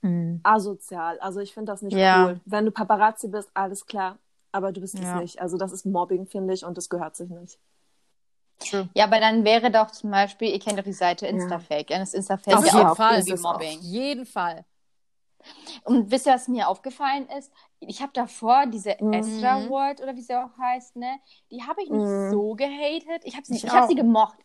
Speaker 2: Mhm.
Speaker 1: asozial. Also ich finde das nicht
Speaker 2: Ja.
Speaker 1: cool. Wenn du Paparazzi bist, alles klar. Aber du bist es
Speaker 2: Ja.
Speaker 1: nicht. Also das ist Mobbing, finde ich, und das gehört sich nicht.
Speaker 2: True.
Speaker 3: Ja, aber dann wäre doch zum Beispiel, ihr kennt doch die Seite Instafake. Ja. Das Instafake
Speaker 1: Auf
Speaker 3: ist
Speaker 1: jeden
Speaker 3: ja auch
Speaker 1: Fall
Speaker 3: irgendwie
Speaker 1: ist es auch.
Speaker 3: Mobbing.
Speaker 2: Auf jeden Fall.
Speaker 3: Und wisst ihr, was mir aufgefallen ist? Ich habe davor diese
Speaker 1: Mhm.
Speaker 3: Esther Ward oder wie sie auch heißt, ne? Die habe ich nicht
Speaker 1: Mhm.
Speaker 3: so gehatet. Ich habe sie,
Speaker 2: Ich
Speaker 3: ich hab
Speaker 2: auch.
Speaker 3: sie gemocht.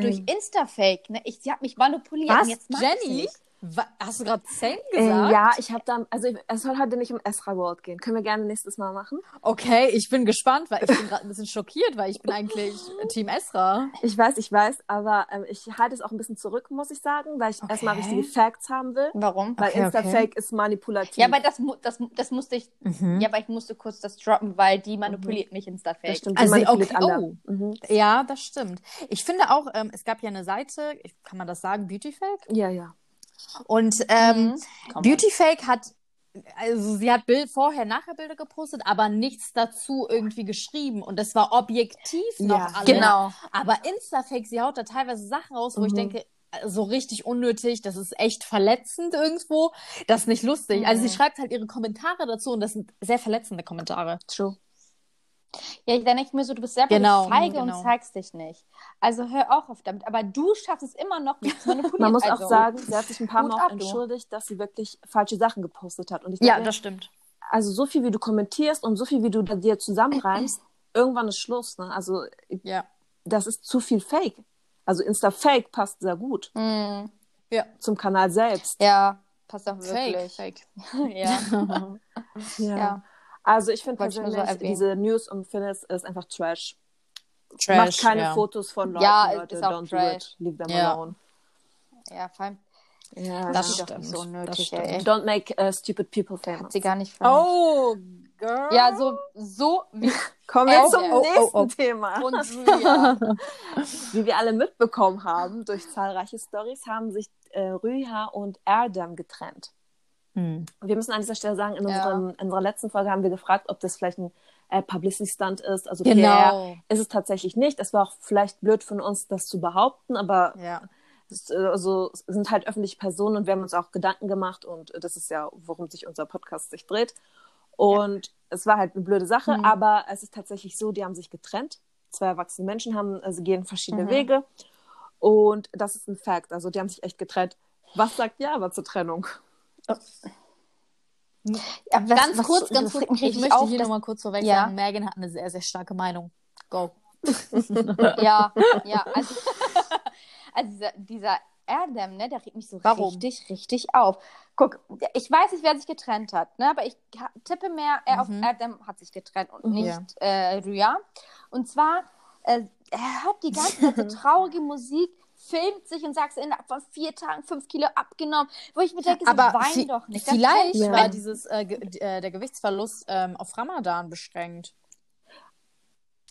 Speaker 1: Same.
Speaker 3: durch Instafake, ne? Ich, sie hat mich manipuliert. und Jetzt mag ich sie
Speaker 2: Jenny?
Speaker 3: nicht.
Speaker 2: Wa- Hast du gerade Zane
Speaker 1: Äh,
Speaker 2: gesagt?
Speaker 1: ja, ich habe dann, also ich- es soll heute nicht um Esra World gehen. Können wir gerne nächstes Mal machen.
Speaker 2: Okay, ich bin gespannt, weil ich bin gerade ein bisschen schockiert, weil ich bin eigentlich Team Esra.
Speaker 1: Ich weiß, ich weiß, aber ähm, ich halte es auch ein bisschen zurück, muss ich sagen, weil ich
Speaker 2: Okay.
Speaker 1: erstmal richtige Facts haben will.
Speaker 3: Warum?
Speaker 1: Weil
Speaker 2: Okay, okay.
Speaker 1: Instafake ist manipulativ.
Speaker 3: Ja, aber das, mu- das, das musste ich.
Speaker 2: Mhm.
Speaker 3: Ja, aber ich musste kurz das droppen, weil die manipuliert
Speaker 1: Mhm.
Speaker 3: mich Instafake.
Speaker 1: das stimmt.
Speaker 2: Also,
Speaker 1: Also, manipuliert
Speaker 2: okay,
Speaker 1: alle.
Speaker 2: oh.
Speaker 1: Mhm.
Speaker 2: Ja, das stimmt. Ich finde auch, ähm, es gab ja eine Seite, ich- kann man das sagen, Beautyfake?
Speaker 1: Ja, ja.
Speaker 2: Und ähm,
Speaker 3: Mhm. Kann man.
Speaker 2: Beautyfake hat, also sie hat Bild, vorher, nachher Bilder gepostet, aber nichts dazu irgendwie geschrieben. Und das war objektiv noch
Speaker 1: Ja,
Speaker 2: alles.
Speaker 3: Genau.
Speaker 2: Aber Instafake, sie haut da teilweise Sachen raus, wo ich
Speaker 1: Mhm.
Speaker 2: denke, äh, so richtig unnötig, das ist echt verletzend irgendwo, das ist nicht lustig. Also
Speaker 3: Mhm.
Speaker 2: sie schreibt halt ihre Kommentare dazu und das sind sehr verletzende Kommentare.
Speaker 1: True.
Speaker 3: Ja, dann denke ich mir so, du bist selber
Speaker 2: Genau,
Speaker 3: eine Feige
Speaker 2: genau.
Speaker 3: und zeigst dich nicht. Also hör auch auf damit. Aber du schaffst es immer noch, mich zu
Speaker 2: [LAUGHS]
Speaker 3: manipulieren.
Speaker 1: Man muss
Speaker 3: also,
Speaker 1: auch sagen, sie hat sich ein paar
Speaker 3: Hut
Speaker 1: Mal
Speaker 3: ab,
Speaker 1: auch
Speaker 3: du.
Speaker 1: entschuldigt, dass sie wirklich falsche Sachen gepostet hat. Und ich denke,
Speaker 2: stimmt.
Speaker 1: also so viel wie du kommentierst und so viel wie du da dir
Speaker 3: [CLEARS THROAT]
Speaker 1: zusammenreimst, irgendwann ist Schluss. Ne? Also
Speaker 2: Ja.
Speaker 1: das ist zu viel Fake. Also Insta-Fake passt sehr gut
Speaker 3: Mm,
Speaker 1: zum Kanal selbst.
Speaker 3: ja, passt auch
Speaker 2: Fake.
Speaker 3: wirklich.
Speaker 2: Fake.
Speaker 3: [LAUGHS] Ja.
Speaker 1: Ja.
Speaker 3: Ja.
Speaker 1: Also ich finde
Speaker 3: Wollte ich nur so
Speaker 1: persönlich,
Speaker 3: erwähnen.
Speaker 1: diese News und Phyllis ist einfach Trash.
Speaker 2: Trash,
Speaker 1: Macht keine
Speaker 2: ja.
Speaker 1: Fotos von Leuten,
Speaker 3: Ja, ist-
Speaker 1: Leute.
Speaker 3: ist auch
Speaker 1: Don't
Speaker 3: Trash.
Speaker 1: do it. Leave them
Speaker 2: Ja.
Speaker 1: alone.
Speaker 3: ja, vor allem.
Speaker 1: Ja,
Speaker 2: Das
Speaker 3: ist
Speaker 2: stimmt.
Speaker 3: doch nicht so
Speaker 2: das
Speaker 3: unnötig,
Speaker 2: stimmt.
Speaker 3: ey.
Speaker 1: Don't make uh, stupid people
Speaker 3: Hat
Speaker 1: famous.
Speaker 3: sie gar nicht verstanden.
Speaker 2: Oh, girl.
Speaker 3: Ja, so, so
Speaker 2: [LAUGHS]
Speaker 3: wie
Speaker 1: Kommen wir
Speaker 3: Oh,
Speaker 1: zum
Speaker 3: oh, oh,
Speaker 1: nächsten
Speaker 2: oh.
Speaker 1: Thema.
Speaker 3: und Julia.
Speaker 1: Wie wir alle mitbekommen haben, durch zahlreiche Stories haben sich äh, Rüha und Erdem getrennt.
Speaker 2: Hm.
Speaker 1: Wir müssen an dieser Stelle sagen, in,
Speaker 3: Ja.
Speaker 1: unserem, in unserer letzten Folge haben wir gefragt, ob das vielleicht ein äh, Publicity-Stunt ist. Also PR
Speaker 2: Genau.
Speaker 1: ist es tatsächlich nicht. Es war auch vielleicht blöd von uns, das zu behaupten, aber
Speaker 2: Ja.
Speaker 1: es, äh, also, es sind halt öffentliche Personen und wir haben uns auch Gedanken gemacht und äh, das ist ja, worum sich unser Podcast sich dreht. Und es war halt eine blöde Sache,
Speaker 2: Mhm.
Speaker 1: aber es ist tatsächlich so, die haben sich getrennt. Zwei erwachsene Menschen haben, also gehen verschiedene
Speaker 3: Mhm.
Speaker 1: Wege und das ist ein Fact. Also die haben sich echt getrennt. Was sagt ihr aber zur Trennung?
Speaker 3: Ja, was-
Speaker 2: Ganz
Speaker 3: was-
Speaker 2: kurz,
Speaker 3: das
Speaker 2: ganz kurz.
Speaker 3: regt mich
Speaker 2: Ich
Speaker 3: richtig
Speaker 2: möchte
Speaker 3: auf,
Speaker 2: hier
Speaker 3: dass-
Speaker 2: [LAUGHS] nochmal kurz vorweg
Speaker 3: Ja.
Speaker 2: sagen, Megan hat eine sehr, sehr starke Meinung. Go.
Speaker 3: Ja, ja, also, [LAUGHS] also dieser, dieser Erdem, ne, der regt mich so
Speaker 2: Warum?
Speaker 3: richtig, richtig auf. Guck, ich weiß nicht, wer sich getrennt hat, ne, aber ich ha- tippe mehr er auf
Speaker 2: Mhm.
Speaker 3: Erdem hat sich getrennt und nicht
Speaker 2: Ja.
Speaker 3: äh, Rüya. Und zwar, äh, er hört die ganze Zeit
Speaker 2: [LAUGHS]
Speaker 3: so traurige Musik, filmt sich und sagt, innerhalb von vier Tagen fünf Kilo abgenommen, wo ich mir denke, so
Speaker 2: vi-
Speaker 3: wein doch nicht. Das
Speaker 2: vielleicht
Speaker 1: kann-
Speaker 2: war
Speaker 1: Ja.
Speaker 2: dieses, äh, ge äh, der Gewichtsverlust ähm, auf Ramadan beschränkt.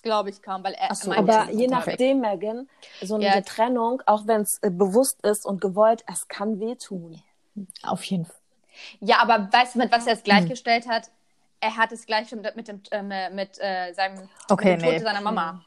Speaker 3: glaube ich kaum, weil
Speaker 2: Ach
Speaker 3: er
Speaker 2: so,
Speaker 3: meinte,
Speaker 1: Aber
Speaker 2: Entschuldigung,
Speaker 1: je
Speaker 2: Perfekt.
Speaker 1: nachdem, Megan, so eine
Speaker 3: Ja.
Speaker 1: Trennung, auch wenn es äh, bewusst ist und gewollt, es kann wehtun.
Speaker 2: Auf jeden Fall.
Speaker 3: Ja, aber weißt du, mit was er
Speaker 2: Hm.
Speaker 3: es gleichgestellt hat? Er hat es gleich schon mit, mit, dem, äh, mit äh, seinem
Speaker 2: Okay,
Speaker 3: mit dem Tod
Speaker 2: nee.
Speaker 3: seiner Mama.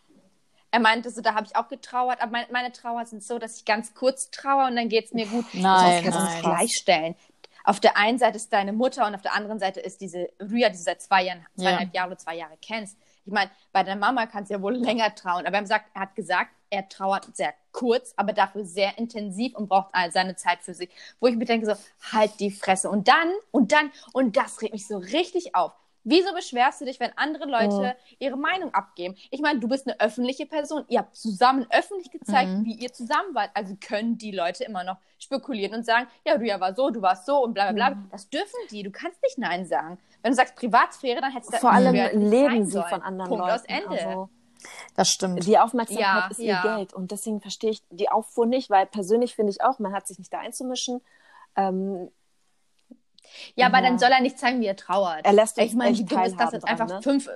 Speaker 3: Er meinte so, da habe ich auch getrauert, aber meine, meine Trauer sind so, dass ich ganz kurz trauere und dann geht es mir gut.
Speaker 2: Nein,
Speaker 3: das heißt, kannst
Speaker 2: nein.
Speaker 3: es gleichstellen. Auf der einen Seite ist deine Mutter und auf der anderen Seite ist diese Rüya, die du seit zwei Jahren,
Speaker 2: Ja.
Speaker 3: zweieinhalb Jahre oder zwei Jahre kennst. Ich meine, bei deiner Mama kannst du ja wohl [LAUGHS] länger trauen, aber er sagt, er hat gesagt, er trauert sehr kurz, aber dafür sehr intensiv und braucht all seine Zeit für sich. Wo ich mir denke, so, halt die Fresse. Und dann, und dann, und das regt mich so richtig auf. Wieso beschwerst du dich, wenn andere Leute ihre Meinung abgeben? Ich meine, du bist eine öffentliche Person. Ihr habt zusammen öffentlich gezeigt,
Speaker 2: Mhm.
Speaker 3: wie ihr zusammen wart. Also können die Leute immer noch spekulieren und sagen, ja, du ja war so, du warst so und bla bla
Speaker 1: Mhm.
Speaker 3: bla. Das dürfen die. Du kannst nicht Nein sagen. Wenn du sagst Privatsphäre, dann hättest du das
Speaker 1: Vor allem
Speaker 3: früher nicht sein
Speaker 1: leben sie
Speaker 3: sollen.
Speaker 1: von anderen
Speaker 3: Punkt,
Speaker 1: Leuten.
Speaker 3: Aus Ende.
Speaker 1: Also
Speaker 2: Das stimmt.
Speaker 1: die Aufmerksamkeit
Speaker 3: Ja,
Speaker 1: ist
Speaker 3: ja.
Speaker 1: ihr Geld und deswegen verstehe ich die Auffuhr nicht, weil persönlich finde ich auch, man hat sich nicht da einzumischen. Ähm,
Speaker 3: Ja, aber
Speaker 1: Ja.
Speaker 3: dann soll er nicht zeigen, wie er trauert.
Speaker 1: Er lässt uns
Speaker 3: Ich meine, wie
Speaker 1: echt
Speaker 3: dumm ist das
Speaker 1: teilhaben
Speaker 3: jetzt
Speaker 1: dran,
Speaker 3: einfach
Speaker 1: ne?
Speaker 3: fünf.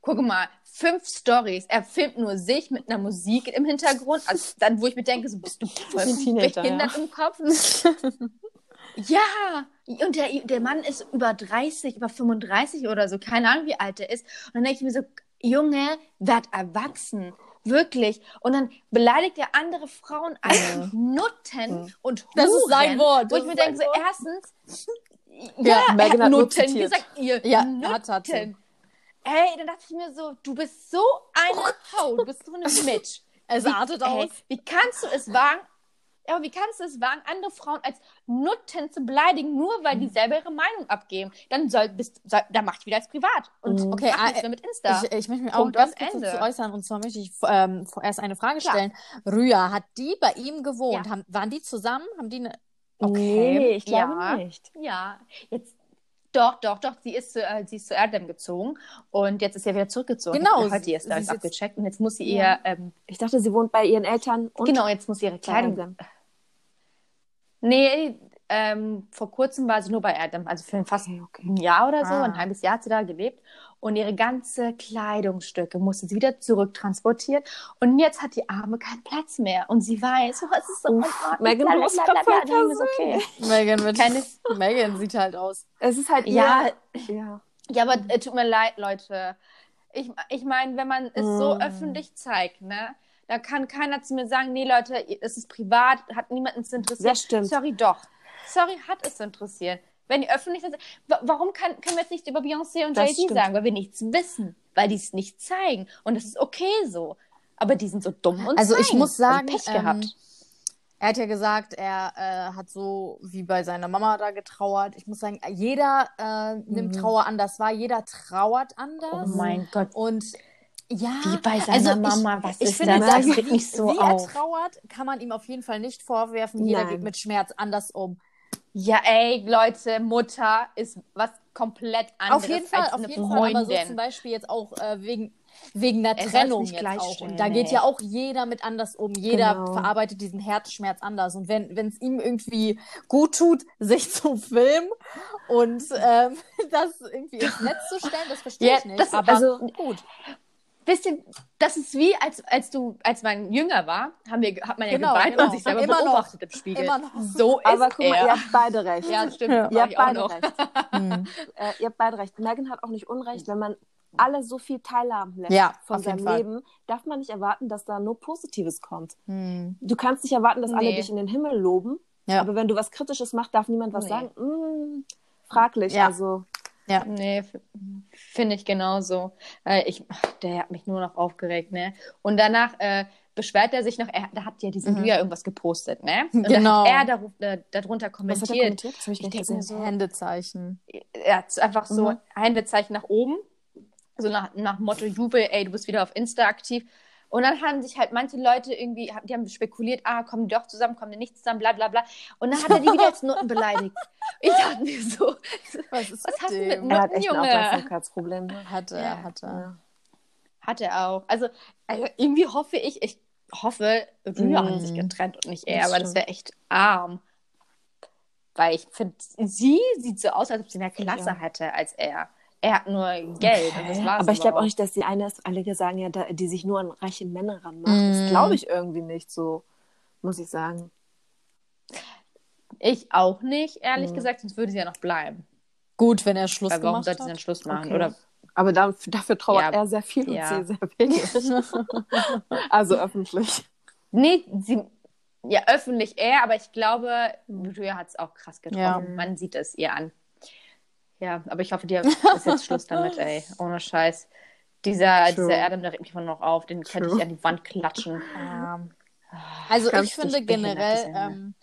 Speaker 3: Guck mal, fünf Stories. Er filmt nur sich mit einer Musik im Hintergrund. Also dann, wo ich mir denke, so
Speaker 1: [LAUGHS]
Speaker 3: bist du voll
Speaker 1: Wie ein Teenager,
Speaker 3: behindert im Kopf. [LAUGHS] ja, und der, der Mann ist über 30, über 35 oder so. Keine Ahnung, wie alt er ist. Und dann denke ich mir so, Junge, werd erwachsen. Wirklich. Und dann beleidigt er andere Frauen als Nutten und Huren.
Speaker 2: Das ist sein Wort.
Speaker 3: Wo
Speaker 2: Das
Speaker 3: ich mir
Speaker 2: ist
Speaker 3: denke, so,
Speaker 2: sein Wort.
Speaker 3: erstens,
Speaker 1: Ja,
Speaker 3: ja,
Speaker 1: Megan
Speaker 3: er
Speaker 1: hat
Speaker 3: hat
Speaker 1: nur
Speaker 3: Nutten
Speaker 1: zitiert.
Speaker 3: gesagt, ihr
Speaker 2: Ja,
Speaker 3: Nutten.
Speaker 2: hat- hat sie.
Speaker 3: Ey, dann dachte ich mir so, du bist
Speaker 2: [LAUGHS]
Speaker 3: so eine Hau, du bist so eine Mitch.
Speaker 2: Es artet
Speaker 3: Ey,
Speaker 2: aus.
Speaker 3: wie kannst du es wagen, aber wie kannst du es wagen, andere Frauen als Nutten zu beleidigen, nur weil die selber ihre Meinung abgeben? Dann soll, bist, soll, dann mach ich wieder als privat und
Speaker 2: Mhm.
Speaker 3: okay,
Speaker 2: Okay,
Speaker 3: mach nichts
Speaker 2: ah,
Speaker 3: mehr mit Insta.
Speaker 2: Ich, ich möchte mich auch
Speaker 3: Punkt
Speaker 2: ganz
Speaker 3: am
Speaker 2: kurz
Speaker 3: Ende.
Speaker 2: dazu äußern. Und zwar möchte ich ähm, vorerst eine Frage
Speaker 3: Klar.
Speaker 2: stellen. Rüya, hat die bei ihm gewohnt?
Speaker 3: Ja.
Speaker 2: Haben, waren die zusammen? Haben die ne-, eine...
Speaker 1: Nee, ich glaube
Speaker 3: ja.
Speaker 1: nicht.
Speaker 3: ja, jetzt doch, doch, doch. Sie ist, zu- äh, sie ist zu Erdem gezogen und jetzt ist sie ja wieder zurückgezogen.
Speaker 2: Genau,
Speaker 3: Heute
Speaker 2: sie-
Speaker 3: ist da jetzt
Speaker 2: sie ist jetzt-
Speaker 3: abgecheckt und jetzt muss sie
Speaker 2: Ja.
Speaker 3: ihr ähm,
Speaker 1: Ich dachte, sie wohnt bei ihren Eltern und
Speaker 3: genau jetzt muss sie ihre
Speaker 1: bei
Speaker 3: Kleidung
Speaker 1: Adam.
Speaker 3: Nee, ähm, vor kurzem war sie nur bei Adam, also für fast ein Jahr oder so,
Speaker 2: Ah.
Speaker 3: ein halbes Jahr hat sie da gelebt. Und ihre ganze Kleidungsstücke musste sie wieder zurücktransportieren. Und jetzt hat die Arme keinen Platz mehr. Und sie weiß, oh, es ist so
Speaker 1: Uff,
Speaker 3: unordentlich,
Speaker 1: Megan, du
Speaker 3: bla, bla,
Speaker 1: musst
Speaker 3: bla, bla, bla,
Speaker 1: kaputt
Speaker 3: nee, ist okay.
Speaker 2: Megan, wird,
Speaker 3: Keine-
Speaker 2: [LAUGHS] Megan sieht halt aus.
Speaker 1: Es ist halt
Speaker 3: Ja,
Speaker 1: ihr. Ja.
Speaker 3: ja, aber äh, tut mir leid, Leute. Ich, ich meine, wenn man es so
Speaker 1: Mm.
Speaker 3: öffentlich zeigt, ne, da kann keiner zu mir sagen, nee, Leute, ihr- es ist privat, hat niemanden es interessiert.
Speaker 1: Das stimmt.
Speaker 3: Sorry, doch. Sorry, hat es interessiert. Wenn ihr öffentlich das, Wa- warum kann, können wir jetzt nicht über Beyoncé und
Speaker 1: Das
Speaker 3: Jay-Z
Speaker 1: stimmt.
Speaker 3: sagen? Weil wir nichts wissen, weil die es nicht zeigen. Und das ist okay so. Aber die sind so dumm und
Speaker 2: Also ich
Speaker 3: zeigen.
Speaker 2: muss sagen,
Speaker 3: Pech
Speaker 2: ähm,
Speaker 3: gehabt.
Speaker 2: Er hat ja gesagt, er äh, hat so wie bei seiner Mama da getrauert. Ich muss sagen, jeder äh, nimmt Trauer anders wahr, jeder trauert
Speaker 3: Mhm. oh
Speaker 2: anders.
Speaker 3: mein Gott.
Speaker 2: Und ja,
Speaker 3: Wie bei seiner
Speaker 2: also
Speaker 3: Mama,
Speaker 2: ich,
Speaker 3: was
Speaker 2: ich
Speaker 3: ist
Speaker 2: finde,
Speaker 3: das?
Speaker 2: sagen,
Speaker 3: Das regt mich so
Speaker 2: wie
Speaker 3: auf.
Speaker 2: er trauert, kann man ihm auf jeden Fall nicht vorwerfen. Jeder
Speaker 1: Nein.
Speaker 2: geht mit Schmerz anders um.
Speaker 3: Ja, ey, Leute, Mutter ist was komplett anderes
Speaker 2: auf jeden Fall,
Speaker 3: als
Speaker 2: auf
Speaker 3: eine
Speaker 2: jeden Fall.
Speaker 3: Freundin.
Speaker 2: Aber so zum Beispiel jetzt auch äh, wegen, wegen einer
Speaker 3: Er soll's
Speaker 2: Trennung
Speaker 3: nicht
Speaker 2: jetzt auch.
Speaker 3: gleichstellen,
Speaker 2: Und da geht
Speaker 3: ey.
Speaker 2: ja auch jeder mit anders um. Jeder
Speaker 1: Genau.
Speaker 2: verarbeitet diesen Herzschmerz anders. Und wenn wenn es ihm irgendwie gut tut, sich zu filmen und ähm, [LAUGHS] das irgendwie ins Netz zu stellen, das verstehe
Speaker 3: Ja,
Speaker 2: ich nicht.
Speaker 3: das-
Speaker 2: aber
Speaker 1: also-
Speaker 2: gut.
Speaker 3: Wisst ihr, das ist wie, als, als du, als man jünger war, haben wir, hat man ja
Speaker 2: Genau,
Speaker 3: geweint
Speaker 2: genau.
Speaker 3: und sich selber
Speaker 2: Immer noch.
Speaker 3: beobachtet im Spiegel.
Speaker 2: [LAUGHS] Immer noch.
Speaker 3: So ist
Speaker 1: Aber guck mal,
Speaker 3: er.
Speaker 1: ihr habt beide recht.
Speaker 3: Ja, stimmt.
Speaker 2: Ja.
Speaker 3: das
Speaker 1: Ihr
Speaker 3: mach
Speaker 1: habt
Speaker 3: ich auch
Speaker 1: beide
Speaker 3: noch.
Speaker 1: recht.
Speaker 3: mhm.
Speaker 1: Äh, ihr habt beide recht. Megan hat auch nicht Unrecht, wenn man alle so viel teilhaben lässt
Speaker 2: Ja,
Speaker 1: von
Speaker 2: auf jeden
Speaker 1: seinem
Speaker 2: Fall.
Speaker 1: Leben, darf man nicht erwarten, dass da nur Positives kommt.
Speaker 2: Hm.
Speaker 3: Mhm.
Speaker 1: Du kannst nicht erwarten, dass alle
Speaker 3: Nee.
Speaker 1: dich in den Himmel loben,
Speaker 2: Ja.
Speaker 1: aber wenn du was Kritisches machst, darf niemand was
Speaker 3: Nee.
Speaker 1: sagen. Mm, fraglich.
Speaker 2: Ja.
Speaker 1: Also
Speaker 3: Nee, f- finde ich genauso. Äh, ich, der hat mich nur noch aufgeregt, ne? Und danach äh, beschwert er sich noch, er, da hat ja diesen
Speaker 2: Mhm.
Speaker 3: Julia irgendwas gepostet, ne? Und
Speaker 2: Genau.
Speaker 3: Da hat er daruf, äh, darunter
Speaker 1: was
Speaker 3: kommentiert.
Speaker 1: hat er kommentiert? Das hab ich
Speaker 3: Ich
Speaker 1: nicht
Speaker 3: denke mir
Speaker 1: gesehen.
Speaker 3: so,
Speaker 2: Händezeichen.
Speaker 3: er hat einfach so
Speaker 1: Mhm.
Speaker 3: Händezeichen nach oben, so nach, nach Motto Jubel, ey, du bist wieder auf Insta aktiv. Und dann haben sich halt manche Leute irgendwie, hab- die haben spekuliert, ah, kommen die doch zusammen, kommen die nicht zusammen, bla bla bla. Und dann hat er die wieder als Nutten beleidigt. Ich dachte mir so,
Speaker 2: Was ist
Speaker 3: Was hast du mit
Speaker 2: dem?
Speaker 3: mir?
Speaker 1: Er hat echt ein
Speaker 3: Junge.
Speaker 1: Aufmerksamkeitsproblem.
Speaker 2: Hatte,
Speaker 3: Ja.
Speaker 2: hatte.
Speaker 3: hat er auch. Also, also irgendwie hoffe ich, ich hoffe, Rüya
Speaker 1: Mm.
Speaker 3: hat sich getrennt und nicht
Speaker 1: Das
Speaker 3: er, weil das
Speaker 1: stimmt.
Speaker 3: wäre echt arm. Weil ich finde, sie sieht so aus, als ob sie mehr Klasse
Speaker 1: Ja.
Speaker 3: hatte als er. Er hat nur Geld und das war's
Speaker 1: Aber ich glaube auch
Speaker 3: überhaupt.
Speaker 1: nicht, dass die eine ist, alle sagen ja, da, die sich nur an reiche Männer ranmacht.
Speaker 2: Mm.
Speaker 3: Mhm.
Speaker 1: Das glaube ich irgendwie nicht so, muss ich sagen.
Speaker 3: Ich auch nicht, ehrlich
Speaker 1: Mhm.
Speaker 3: gesagt, sonst würde sie ja noch bleiben.
Speaker 2: Gut, wenn er Schluss
Speaker 3: Weil warum
Speaker 2: gemacht
Speaker 3: sollte
Speaker 2: hat.
Speaker 3: sie dann Schluss machen?
Speaker 1: Okay.
Speaker 3: Oder
Speaker 1: Aber da, dafür trauert
Speaker 3: Ja.
Speaker 1: er sehr viel
Speaker 3: Ja.
Speaker 1: und sie sehr
Speaker 3: [LAUGHS]
Speaker 1: wenig. also öffentlich.
Speaker 3: nee, sie ja öffentlich er, aber ich glaube, Julia hat es auch krass getroffen.
Speaker 2: Mhm. Ja.
Speaker 3: Man sieht es ihr an. Ja, aber ich hoffe,
Speaker 2: [LAUGHS]
Speaker 3: dir ist jetzt Schluss damit, ey. Ohne Scheiß. Dieser,
Speaker 1: True.
Speaker 3: dieser Erdem, der regt mich immer noch auf, den könnte ich an die Wand klatschen.
Speaker 2: Ähm, Also
Speaker 1: Ganz
Speaker 2: ich finde
Speaker 1: dicht behindert, das
Speaker 2: generell,
Speaker 1: Junge.
Speaker 2: ähm,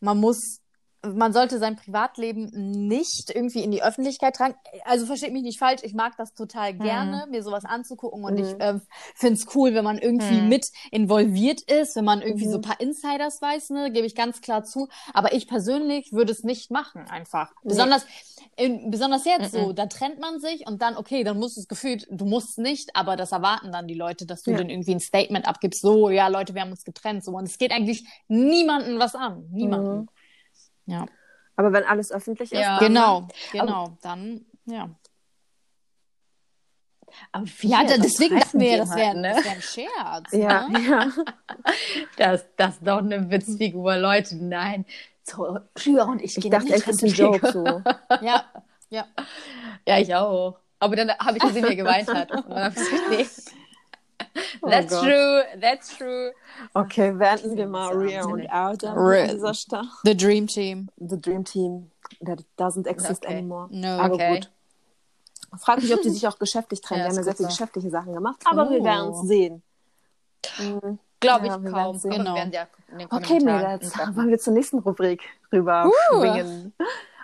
Speaker 2: man muss, man sollte sein Privatleben nicht irgendwie in die Öffentlichkeit tragen. Also versteht mich nicht falsch, ich mag das
Speaker 1: Hm.
Speaker 2: total gerne, mir sowas anzugucken und
Speaker 1: Mhm.
Speaker 2: ich ähm, finde es cool, wenn man irgendwie
Speaker 3: Mhm.
Speaker 2: mit involviert ist, wenn man irgendwie
Speaker 1: Hm. Mhm.
Speaker 2: so ein paar Insiders weiß, ne, gebe ich ganz klar zu. Aber ich persönlich würde es nicht machen einfach.
Speaker 1: Nee.
Speaker 2: Besonders, in, besonders jetzt
Speaker 3: Mhm.
Speaker 2: so, da trennt man sich und dann, okay, dann musst du es gefühlt, du musst nicht, aber das erwarten dann die Leute, dass du
Speaker 1: Ja.
Speaker 2: dann irgendwie ein Statement abgibst, so, ja, Leute, wir haben uns getrennt, so. Und es geht eigentlich niemanden was an. Niemanden.
Speaker 1: Mhm.
Speaker 2: Ja.
Speaker 1: Aber wenn alles öffentlich ist,
Speaker 3: Ja.
Speaker 1: dann
Speaker 2: Genau, genau. dann, ja.
Speaker 3: Aber wie
Speaker 2: Ja, da,
Speaker 3: das
Speaker 2: deswegen
Speaker 3: reißen
Speaker 2: dachten wir,
Speaker 3: die
Speaker 2: das
Speaker 3: mal,
Speaker 2: wäre
Speaker 3: ne?
Speaker 2: das wär ein Scherz.
Speaker 1: halt,
Speaker 3: [LAUGHS]
Speaker 1: Ja,
Speaker 2: Ne?
Speaker 1: ja.
Speaker 3: Das, das ist doch eine Witzfigur, Leute. Nein. So, Julia und ich,
Speaker 1: Ich
Speaker 3: gehen
Speaker 1: dachte
Speaker 3: nicht
Speaker 1: echt, das ist ein
Speaker 3: trennen, Digga.
Speaker 1: Joke so.
Speaker 2: Ja, ja.
Speaker 3: Ja, ich auch. Aber dann habe ich gesehen, wie er geweint [LAUGHS] hat. Und dann habe ich gesagt, nee.
Speaker 1: Oh
Speaker 3: That's
Speaker 1: Gott.
Speaker 3: true, that's true.
Speaker 1: Okay, wenden wir mal
Speaker 3: Wahnsinn.
Speaker 1: Rhea und Adam
Speaker 2: Rhea.
Speaker 1: an dieser Stelle.
Speaker 2: The Dream Team.
Speaker 1: The Dream Team that doesn't exist
Speaker 3: Okay.
Speaker 1: anymore.
Speaker 2: No.
Speaker 1: Aber
Speaker 3: Okay.
Speaker 1: gut. Frag mich, ob die sich auch geschäftlich trennen.
Speaker 3: Ja,
Speaker 1: wir haben ja
Speaker 3: ist
Speaker 1: sehr
Speaker 3: gut
Speaker 1: viele
Speaker 3: so.
Speaker 1: geschäftliche Sachen gemacht, aber wir
Speaker 2: Oh.
Speaker 1: werden uns sehen. Mhm.
Speaker 3: Glaube
Speaker 1: Ja,
Speaker 3: ich
Speaker 1: wir
Speaker 3: kaum.
Speaker 1: werden's sehen.
Speaker 3: Aber wir
Speaker 2: Genau.
Speaker 3: werden ja in den
Speaker 1: Okay,
Speaker 3: Kommentaren
Speaker 1: Mädels,
Speaker 3: antworten.
Speaker 1: wollen wir zur nächsten Rubrik rüber
Speaker 2: Uh.
Speaker 1: schwingen.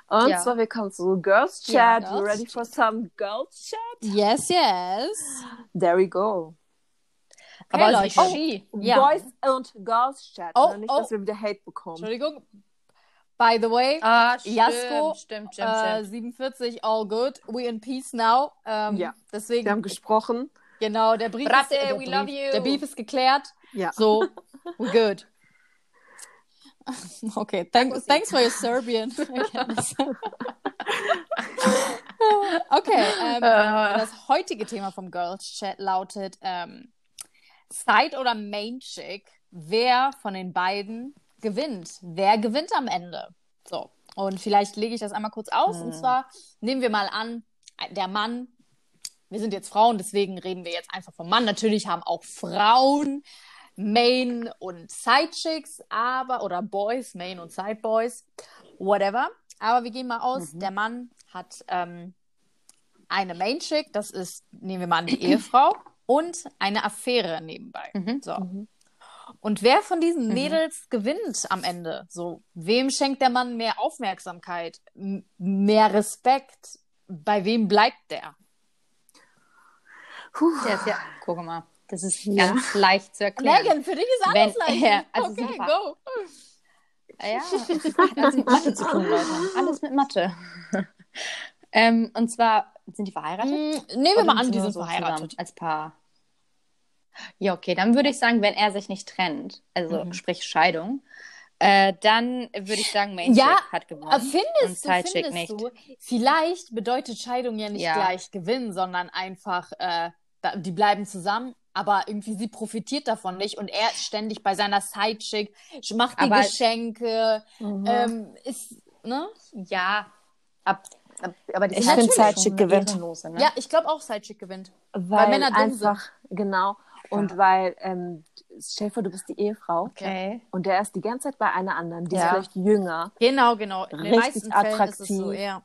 Speaker 1: Und
Speaker 3: Ja.
Speaker 1: zwar, wir kommen zu Girls
Speaker 2: Ja,
Speaker 1: Chat.
Speaker 2: Girls
Speaker 1: you ready for some Girls Chat?
Speaker 2: Yes, yes.
Speaker 1: There we go.
Speaker 3: Aber
Speaker 2: Hey,
Speaker 3: also
Speaker 2: Leute.
Speaker 3: nicht Ski.
Speaker 2: Ja.
Speaker 1: Boys und Girls Chat.
Speaker 2: Oh,
Speaker 1: ne? Nicht,
Speaker 2: oh.
Speaker 1: dass wir wieder Hate bekommen.
Speaker 2: Entschuldigung. By the way,
Speaker 3: Ah, stimmt,
Speaker 2: Jasko,
Speaker 3: stimmt, stimmt,
Speaker 2: äh,
Speaker 3: stimmt.
Speaker 2: 47, all good. We in peace now.
Speaker 1: Ja.
Speaker 2: Ähm,
Speaker 1: Wir haben
Speaker 2: Deswegen,
Speaker 1: gesprochen.
Speaker 2: genau, der Brief
Speaker 3: Bratte,
Speaker 2: ist, äh, der
Speaker 3: we
Speaker 2: Brief,
Speaker 3: love you.
Speaker 2: Der Beef ist geklärt.
Speaker 1: Ja.
Speaker 2: So, we good. [LAUGHS] Okay, thank, thanks for your [LAUGHS] Serbian. erkenntnis. okay, ähm,
Speaker 3: Äh,
Speaker 2: das heutige Thema vom Girls Chat lautet ähm, Side oder Main Chick. Wer von den beiden gewinnt? Wer gewinnt am Ende? So, und vielleicht lege ich das einmal kurz aus. Und zwar nehmen wir mal an, der Mann, wir sind jetzt Frauen, deswegen reden wir jetzt einfach vom Mann. Natürlich haben auch Frauen Main und Side Chicks, aber oder Boys, Main und Side Boys, whatever. Aber wir gehen mal aus, der Mann hat ähm, eine Main Chick, das ist, nehmen wir mal an, die Ehefrau und eine Affäre nebenbei.
Speaker 3: Mhm.
Speaker 2: So. Und wer von diesen Mädels gewinnt am Ende? So, wem schenkt der Mann mehr Aufmerksamkeit, m- mehr Respekt? Bei wem bleibt der?
Speaker 1: Puh.
Speaker 3: der ist ja, guck mal, das ist
Speaker 1: Ja.
Speaker 3: ganz leicht zu erklären.
Speaker 2: Megan, für dich ist
Speaker 3: Wenn
Speaker 2: alles leicht.
Speaker 3: er- also
Speaker 2: okay,
Speaker 3: super.
Speaker 2: go.
Speaker 3: Ja, das hat alles mit Mathe zu tun, Leute. Alles mit [LAUGHS] Mathe. ähm, und zwar, sind die verheiratet?
Speaker 2: Mm, nehmen wir mal
Speaker 3: Oder
Speaker 2: an, die
Speaker 3: nur
Speaker 2: sind
Speaker 3: so
Speaker 2: verheiratet.
Speaker 3: zusammen Als Paar. Ja, okay, dann würde ich sagen, wenn er sich nicht trennt, also
Speaker 2: Mhm.
Speaker 3: sprich Scheidung, äh, dann würde ich sagen, Main
Speaker 2: Ja,
Speaker 3: Chick hat gewonnen.
Speaker 2: Aber
Speaker 3: und
Speaker 2: findest du,
Speaker 3: Sidechick
Speaker 2: findest
Speaker 3: nicht.
Speaker 2: du, vielleicht bedeutet Scheidung ja nicht
Speaker 3: Ja.
Speaker 2: gleich Gewinn, sondern einfach, äh, da, die bleiben zusammen, aber irgendwie sie profitiert davon nicht und er ist ständig bei seiner Sidechick, sch- macht die
Speaker 3: Aber-
Speaker 2: Geschenke,
Speaker 1: Mhm.
Speaker 2: ähm, ist, ne?
Speaker 3: Ja,
Speaker 1: aber ich
Speaker 3: ist
Speaker 1: finde
Speaker 2: natürlich
Speaker 1: Zeitchick
Speaker 3: schon eine
Speaker 1: gewinnt.
Speaker 3: Ehrenlose, ne?
Speaker 2: Ja, ich glaube auch Sidechick gewinnt.
Speaker 1: Weil,
Speaker 2: Männer dumm sind.
Speaker 1: einfach, genau. Und weil, ähm, Schäfer, du bist die Ehefrau
Speaker 3: Okay.
Speaker 1: und der ist die ganze Zeit bei einer anderen, die
Speaker 3: Ja.
Speaker 1: ist vielleicht jünger
Speaker 2: Genau, genau. In den
Speaker 1: Richtig
Speaker 2: meisten Fällen ist es so,
Speaker 1: attraktiv.
Speaker 2: ja.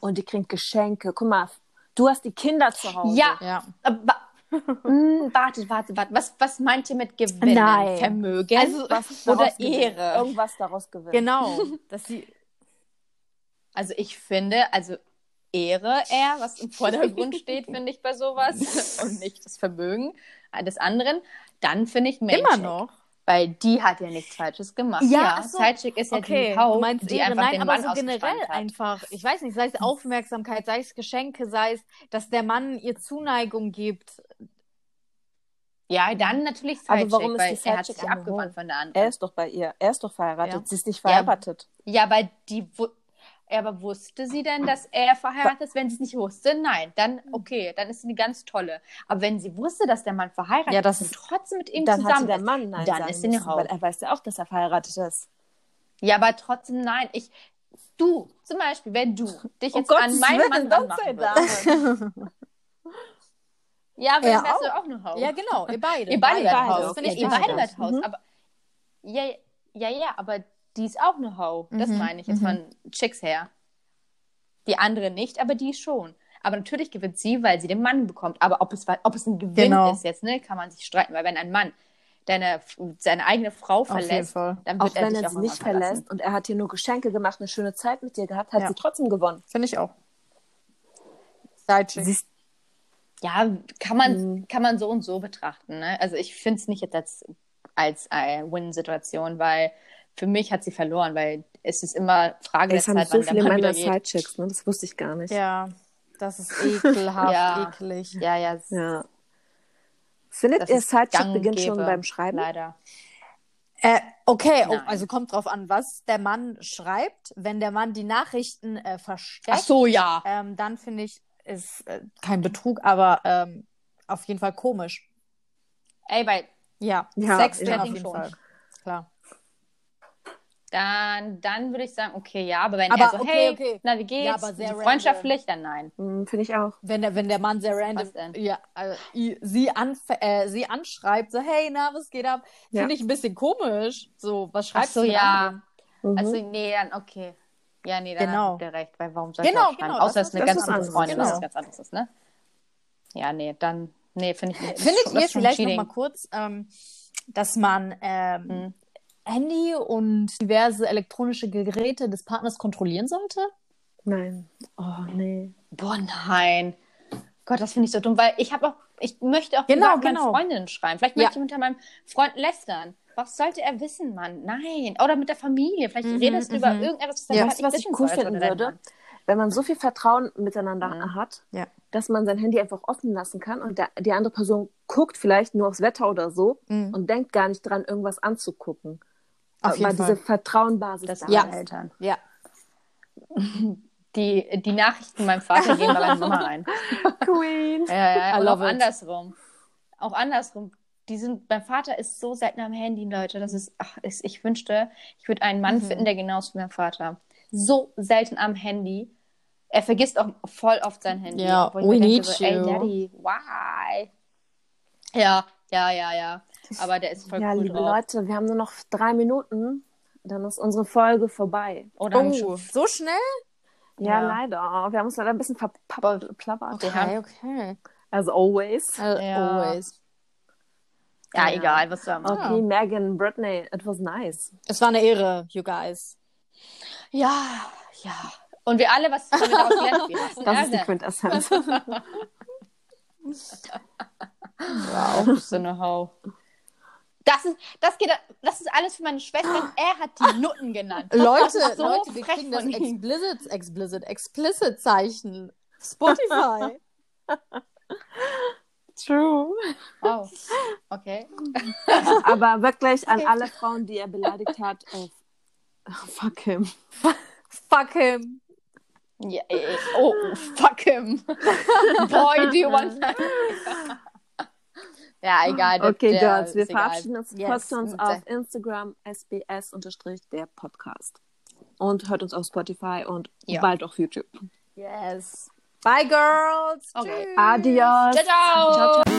Speaker 1: und die kriegt Geschenke. Guck mal, du hast die Kinder zu Hause.
Speaker 3: Ja,
Speaker 2: ja.
Speaker 3: aber- [LAUGHS] Mm, warte, warte, warte. Was, was meint ihr mit Gewinnen?
Speaker 1: Nein.
Speaker 3: Vermögen
Speaker 2: Also,
Speaker 1: Was
Speaker 3: oder
Speaker 1: daraus gewinnt.
Speaker 3: Ehre?
Speaker 1: Irgendwas daraus gewinnen.
Speaker 2: Genau. Dass sie,
Speaker 3: Also ich finde, also Ehre eher, was im Vordergrund steht, finde ich bei
Speaker 2: [LAUGHS]
Speaker 3: sowas und nicht das Vermögen des anderen. Dann finde ich Main
Speaker 2: [LAUGHS] immer
Speaker 3: Chick,
Speaker 2: noch.
Speaker 3: weil die hat ja nichts Falsches gemacht.
Speaker 2: Ja, ach so.
Speaker 3: Sidechick ist ja
Speaker 2: Okay,
Speaker 3: die Haut,
Speaker 2: du meinst
Speaker 3: die
Speaker 2: Ehre,
Speaker 3: einfach
Speaker 2: nein,
Speaker 3: den
Speaker 2: aber
Speaker 3: Mann
Speaker 2: so generell
Speaker 3: ausgespannt hat.
Speaker 2: einfach, ich weiß nicht, sei es Aufmerksamkeit, sei es Geschenke, sei es, dass der Mann ihr Zuneigung gibt.
Speaker 3: Ja, dann natürlich
Speaker 1: Aber
Speaker 2: Also
Speaker 3: Sidechick,
Speaker 1: warum ist
Speaker 3: weil
Speaker 1: die
Speaker 3: er hat
Speaker 1: Sidechick
Speaker 3: sich abgewandt
Speaker 1: eingeholt?
Speaker 3: von der anderen.
Speaker 1: Er ist doch bei ihr. Er ist doch verheiratet.
Speaker 2: Ja.
Speaker 1: Sie ist nicht verheiratet.
Speaker 3: Ja, aber die wu- ja, aber wusste sie denn, dass er verheiratet ist? Wenn sie es nicht wusste, nein, dann
Speaker 2: Hm.
Speaker 3: okay, dann ist sie eine ganz tolle. Aber wenn sie wusste, dass der Mann verheiratet
Speaker 2: Ja,
Speaker 3: ja,
Speaker 2: das
Speaker 3: das ist
Speaker 2: ist-
Speaker 3: und trotzdem mit ihm
Speaker 1: dann hat
Speaker 3: zusammen
Speaker 1: der
Speaker 3: ist,
Speaker 1: Mann nein
Speaker 3: dann
Speaker 1: sagen
Speaker 3: ist sie eine
Speaker 1: müssen, weil
Speaker 3: Haut.
Speaker 1: er weiß ja auch, dass er verheiratet ist.
Speaker 3: Ja, aber trotzdem nein. Ich, du, zum Beispiel, wenn du dich
Speaker 2: Oh
Speaker 3: jetzt an
Speaker 1: Gottes
Speaker 3: meinen
Speaker 1: Willen,
Speaker 3: Mann
Speaker 1: Oh Gott
Speaker 3: ranmachen
Speaker 1: sei
Speaker 3: würdest. Ja, aber
Speaker 2: Er
Speaker 3: dann wärst du auch eine Haut.
Speaker 2: Ja, genau, ihr beide.
Speaker 3: ihr beide
Speaker 1: beide,
Speaker 3: werdet Haut.
Speaker 1: okay,
Speaker 3: Finde ich, ihr
Speaker 1: beide.
Speaker 3: beide werdet Haut.
Speaker 2: Mhm.
Speaker 3: Aber ja, ja, ja, aber die ist auch eine Haut. Das
Speaker 2: Mhm,
Speaker 3: meine ich jetzt von Chicks her. Die andere nicht, aber die schon. Aber natürlich gewinnt sie, weil sie den Mann bekommt. Aber ob es, ob es ein Gewinn
Speaker 2: Genau.
Speaker 3: ist jetzt, ne, kann man sich streiten. Weil wenn ein Mann deine, seine eigene Frau
Speaker 2: jeden
Speaker 3: verlässt,
Speaker 2: Fall.
Speaker 3: dann wird
Speaker 1: Auch
Speaker 3: er
Speaker 1: wenn
Speaker 3: dich
Speaker 1: er
Speaker 3: auch
Speaker 1: sie
Speaker 3: irgendwann
Speaker 1: nicht
Speaker 3: verlassen.
Speaker 1: verlässt und er hat hier nur Geschenke gemacht, eine schöne Zeit mit dir gehabt, hat
Speaker 2: Ja.
Speaker 1: sie trotzdem gewonnen.
Speaker 2: Finde ich auch.
Speaker 1: Sie
Speaker 2: Sidechick.
Speaker 1: ist
Speaker 3: Ja, kann man, kann man so und so betrachten. Ne? Also ich finde es nicht jetzt als, als eine Win-Situation, weil für mich hat sie verloren, weil es ist immer Frage der
Speaker 1: es haben
Speaker 3: Zeit,
Speaker 1: so
Speaker 3: wann der
Speaker 1: viele
Speaker 3: Mann
Speaker 1: Männer
Speaker 3: wieder geht.
Speaker 1: Sidechicks, ne? Das wusste ich gar nicht.
Speaker 2: Ja, das ist [LAUGHS] ekelhaft,
Speaker 3: Ja.
Speaker 2: eklig.
Speaker 3: Ja, ja, es-
Speaker 1: Ja. Findet
Speaker 3: das
Speaker 1: ihr,
Speaker 3: ist gang
Speaker 1: Sidechick
Speaker 3: und
Speaker 1: beginnt schon
Speaker 3: gäbe,
Speaker 1: beim Schreiben?
Speaker 3: Leider.
Speaker 2: Äh, okay, oh,
Speaker 3: Nein.
Speaker 2: also kommt drauf an, was der Mann schreibt. Wenn der Mann die Nachrichten äh, versteckt,
Speaker 3: Ach so, ja.
Speaker 2: ähm, dann finde ich, ist äh, kein Betrug, aber ähm, auf jeden Fall komisch.
Speaker 3: Ey, weil
Speaker 2: Ja,
Speaker 1: Ja,
Speaker 2: Sex
Speaker 1: ja,
Speaker 2: dann auf
Speaker 3: auf
Speaker 2: jeden
Speaker 3: jeden
Speaker 2: Fall. Klar.
Speaker 3: dann, dann würde ich sagen, okay, ja, aber wenn
Speaker 2: Aber
Speaker 3: er so,
Speaker 2: okay,
Speaker 3: hey,
Speaker 2: okay.
Speaker 3: na, wie geht's?
Speaker 2: Ja, aber sehr
Speaker 3: Freundschaftlich, dann nein.
Speaker 1: Hm, Finde ich auch.
Speaker 2: Wenn der, wenn der Mann sehr random
Speaker 3: Was denn?
Speaker 2: ja, also, i- sie, anf äh, sie anschreibt, so, hey, na, was geht ab?
Speaker 1: Ja.
Speaker 2: Finde ich ein bisschen komisch. So, was
Speaker 3: Ach
Speaker 2: schreibst
Speaker 3: so,
Speaker 2: du? mit
Speaker 3: ja.
Speaker 2: anderen?
Speaker 1: Mhm.
Speaker 3: Also, nee, dann okay. Ja, nee, dann
Speaker 2: Genau.
Speaker 3: hat der recht, weil warum soll ich
Speaker 2: Genau,
Speaker 3: auch schreiben?
Speaker 2: genau,
Speaker 3: Außer
Speaker 2: das
Speaker 3: es ist eine
Speaker 1: ist- das
Speaker 3: ganz
Speaker 1: ist
Speaker 3: gute
Speaker 1: anders,
Speaker 3: Freundin,
Speaker 2: genau.
Speaker 3: was ganz anderes ist, ne? Ja, nee, dann, nee, finde ich nicht. Das ist
Speaker 2: Findet
Speaker 3: schon- das
Speaker 2: ihr
Speaker 3: ist schon
Speaker 2: vielleicht
Speaker 3: Cheating.
Speaker 2: nochmal kurz, ähm, dass man ähm,
Speaker 3: Mhm.
Speaker 2: Handy und diverse elektronische Geräte des Partners kontrollieren sollte?
Speaker 1: Nein. Oh, nee.
Speaker 3: Boah, nein. Gott, das finde ich so dumm, weil ich habe auch, ich möchte auch
Speaker 2: Genau,
Speaker 3: privat
Speaker 2: genau.
Speaker 3: meinen Freundinnen schreiben. Vielleicht
Speaker 2: Ja.
Speaker 3: möchte ich unter meinem Freund lästern. Was sollte er wissen, Mann? Nein. Oder mit der Familie. Vielleicht
Speaker 2: Mhm,
Speaker 3: redest du über
Speaker 2: mhm.
Speaker 3: irgendetwas, was dein
Speaker 1: Ja.
Speaker 3: Partner
Speaker 1: Weißt du, was
Speaker 3: nicht
Speaker 1: ich
Speaker 3: wissen
Speaker 1: cool
Speaker 3: sollte
Speaker 1: finden
Speaker 3: oder dein
Speaker 1: würde?
Speaker 3: Mann. Mhm.
Speaker 1: Wenn man so viel Vertrauen miteinander hat,
Speaker 2: Ja.
Speaker 1: dass man sein Handy einfach offen lassen kann und der, die andere Person guckt vielleicht nur aufs Wetter oder so
Speaker 2: Mhm.
Speaker 1: und denkt gar nicht dran, irgendwas anzugucken.
Speaker 2: Auf
Speaker 1: Aber
Speaker 2: jeden
Speaker 1: mal
Speaker 2: Fall.
Speaker 1: diese Vertrauenbasis
Speaker 3: Das
Speaker 1: da
Speaker 3: waren
Speaker 2: Ja.
Speaker 1: ist.
Speaker 3: Eltern.
Speaker 2: Ja.
Speaker 3: Die, die Nachrichten meinem Vater gehen bei meiner Mama ein.
Speaker 1: [LAUGHS] Queen.
Speaker 3: Ja, ja, ja.
Speaker 2: I
Speaker 3: Und auch
Speaker 2: love it.
Speaker 3: andersrum. Auch andersrum. Die sind, mein Vater ist so selten am Handy, Leute. Das ist, ach, ich, ich wünschte, ich würde einen Mann
Speaker 2: Mhm.
Speaker 3: finden, der genauso wie mein Vater. So selten am Handy. Er vergisst auch voll oft sein Handy.
Speaker 2: Ja,
Speaker 3: Obwohl ich
Speaker 2: we
Speaker 3: mir
Speaker 2: need
Speaker 3: Ey,
Speaker 2: you."
Speaker 3: Daddy, why? Ja, ja, ja, ja. Aber der ist voll
Speaker 1: Ja,
Speaker 3: cool
Speaker 1: liebe
Speaker 3: drauf.
Speaker 1: Leute, wir haben nur noch drei Minuten, dann ist unsere Folge vorbei.
Speaker 3: Oder oh.
Speaker 2: Oh, so schnell?
Speaker 1: Ja,
Speaker 3: Ja.
Speaker 1: leider. Wir haben uns leider ein bisschen verplappert.
Speaker 3: Okay,
Speaker 2: okay.
Speaker 1: As always.
Speaker 3: Ah. Ja.
Speaker 2: Always.
Speaker 3: Ja,
Speaker 1: Ja.
Speaker 3: egal, was da machen.
Speaker 1: Okay, Megan, Britney, it was nice.
Speaker 2: Es war eine Ehre, you guys.
Speaker 3: Ja, ja. Und wir alle, was damit daraus gelernt wir hassen
Speaker 1: Das ist die
Speaker 3: Ärger.
Speaker 1: Quintessenz.
Speaker 3: Wow, [LAUGHS] so eine Hau. Das ist, das geht, das ist alles für meine Schwester. Er hat die Nutten genannt.
Speaker 2: Leute,
Speaker 3: ist so
Speaker 2: Leute, wir
Speaker 3: frech
Speaker 2: kriegen das
Speaker 3: von ihm.
Speaker 2: explicit, explicit, explicit Zeichen.
Speaker 3: [LAUGHS]
Speaker 2: Spotify.
Speaker 1: True.
Speaker 3: Wow. [LAUGHS] Okay.
Speaker 1: Aber wirklich an alle Frauen, die er beleidigt hat, äh, [LAUGHS] fuck him.
Speaker 2: Fuck him.
Speaker 3: Ja, ey, oh, fuck him. [LAUGHS] Boy, do you want [LAUGHS] Ja, egal. der-
Speaker 1: Okay,
Speaker 3: der
Speaker 1: Girls, wir
Speaker 3: ist egal.
Speaker 1: verabschieden uns.
Speaker 2: Yes.
Speaker 1: Folgt uns
Speaker 3: Und,
Speaker 1: auf Instagram sbs-der Podcast. Und hört uns auf Spotify und
Speaker 3: Ja.
Speaker 1: bald auf YouTube.
Speaker 2: Yes. Bye, girls.
Speaker 3: Okay.
Speaker 2: Tschüss.
Speaker 1: Adios.
Speaker 3: Ciao, ciao.
Speaker 1: Ciao, ciao.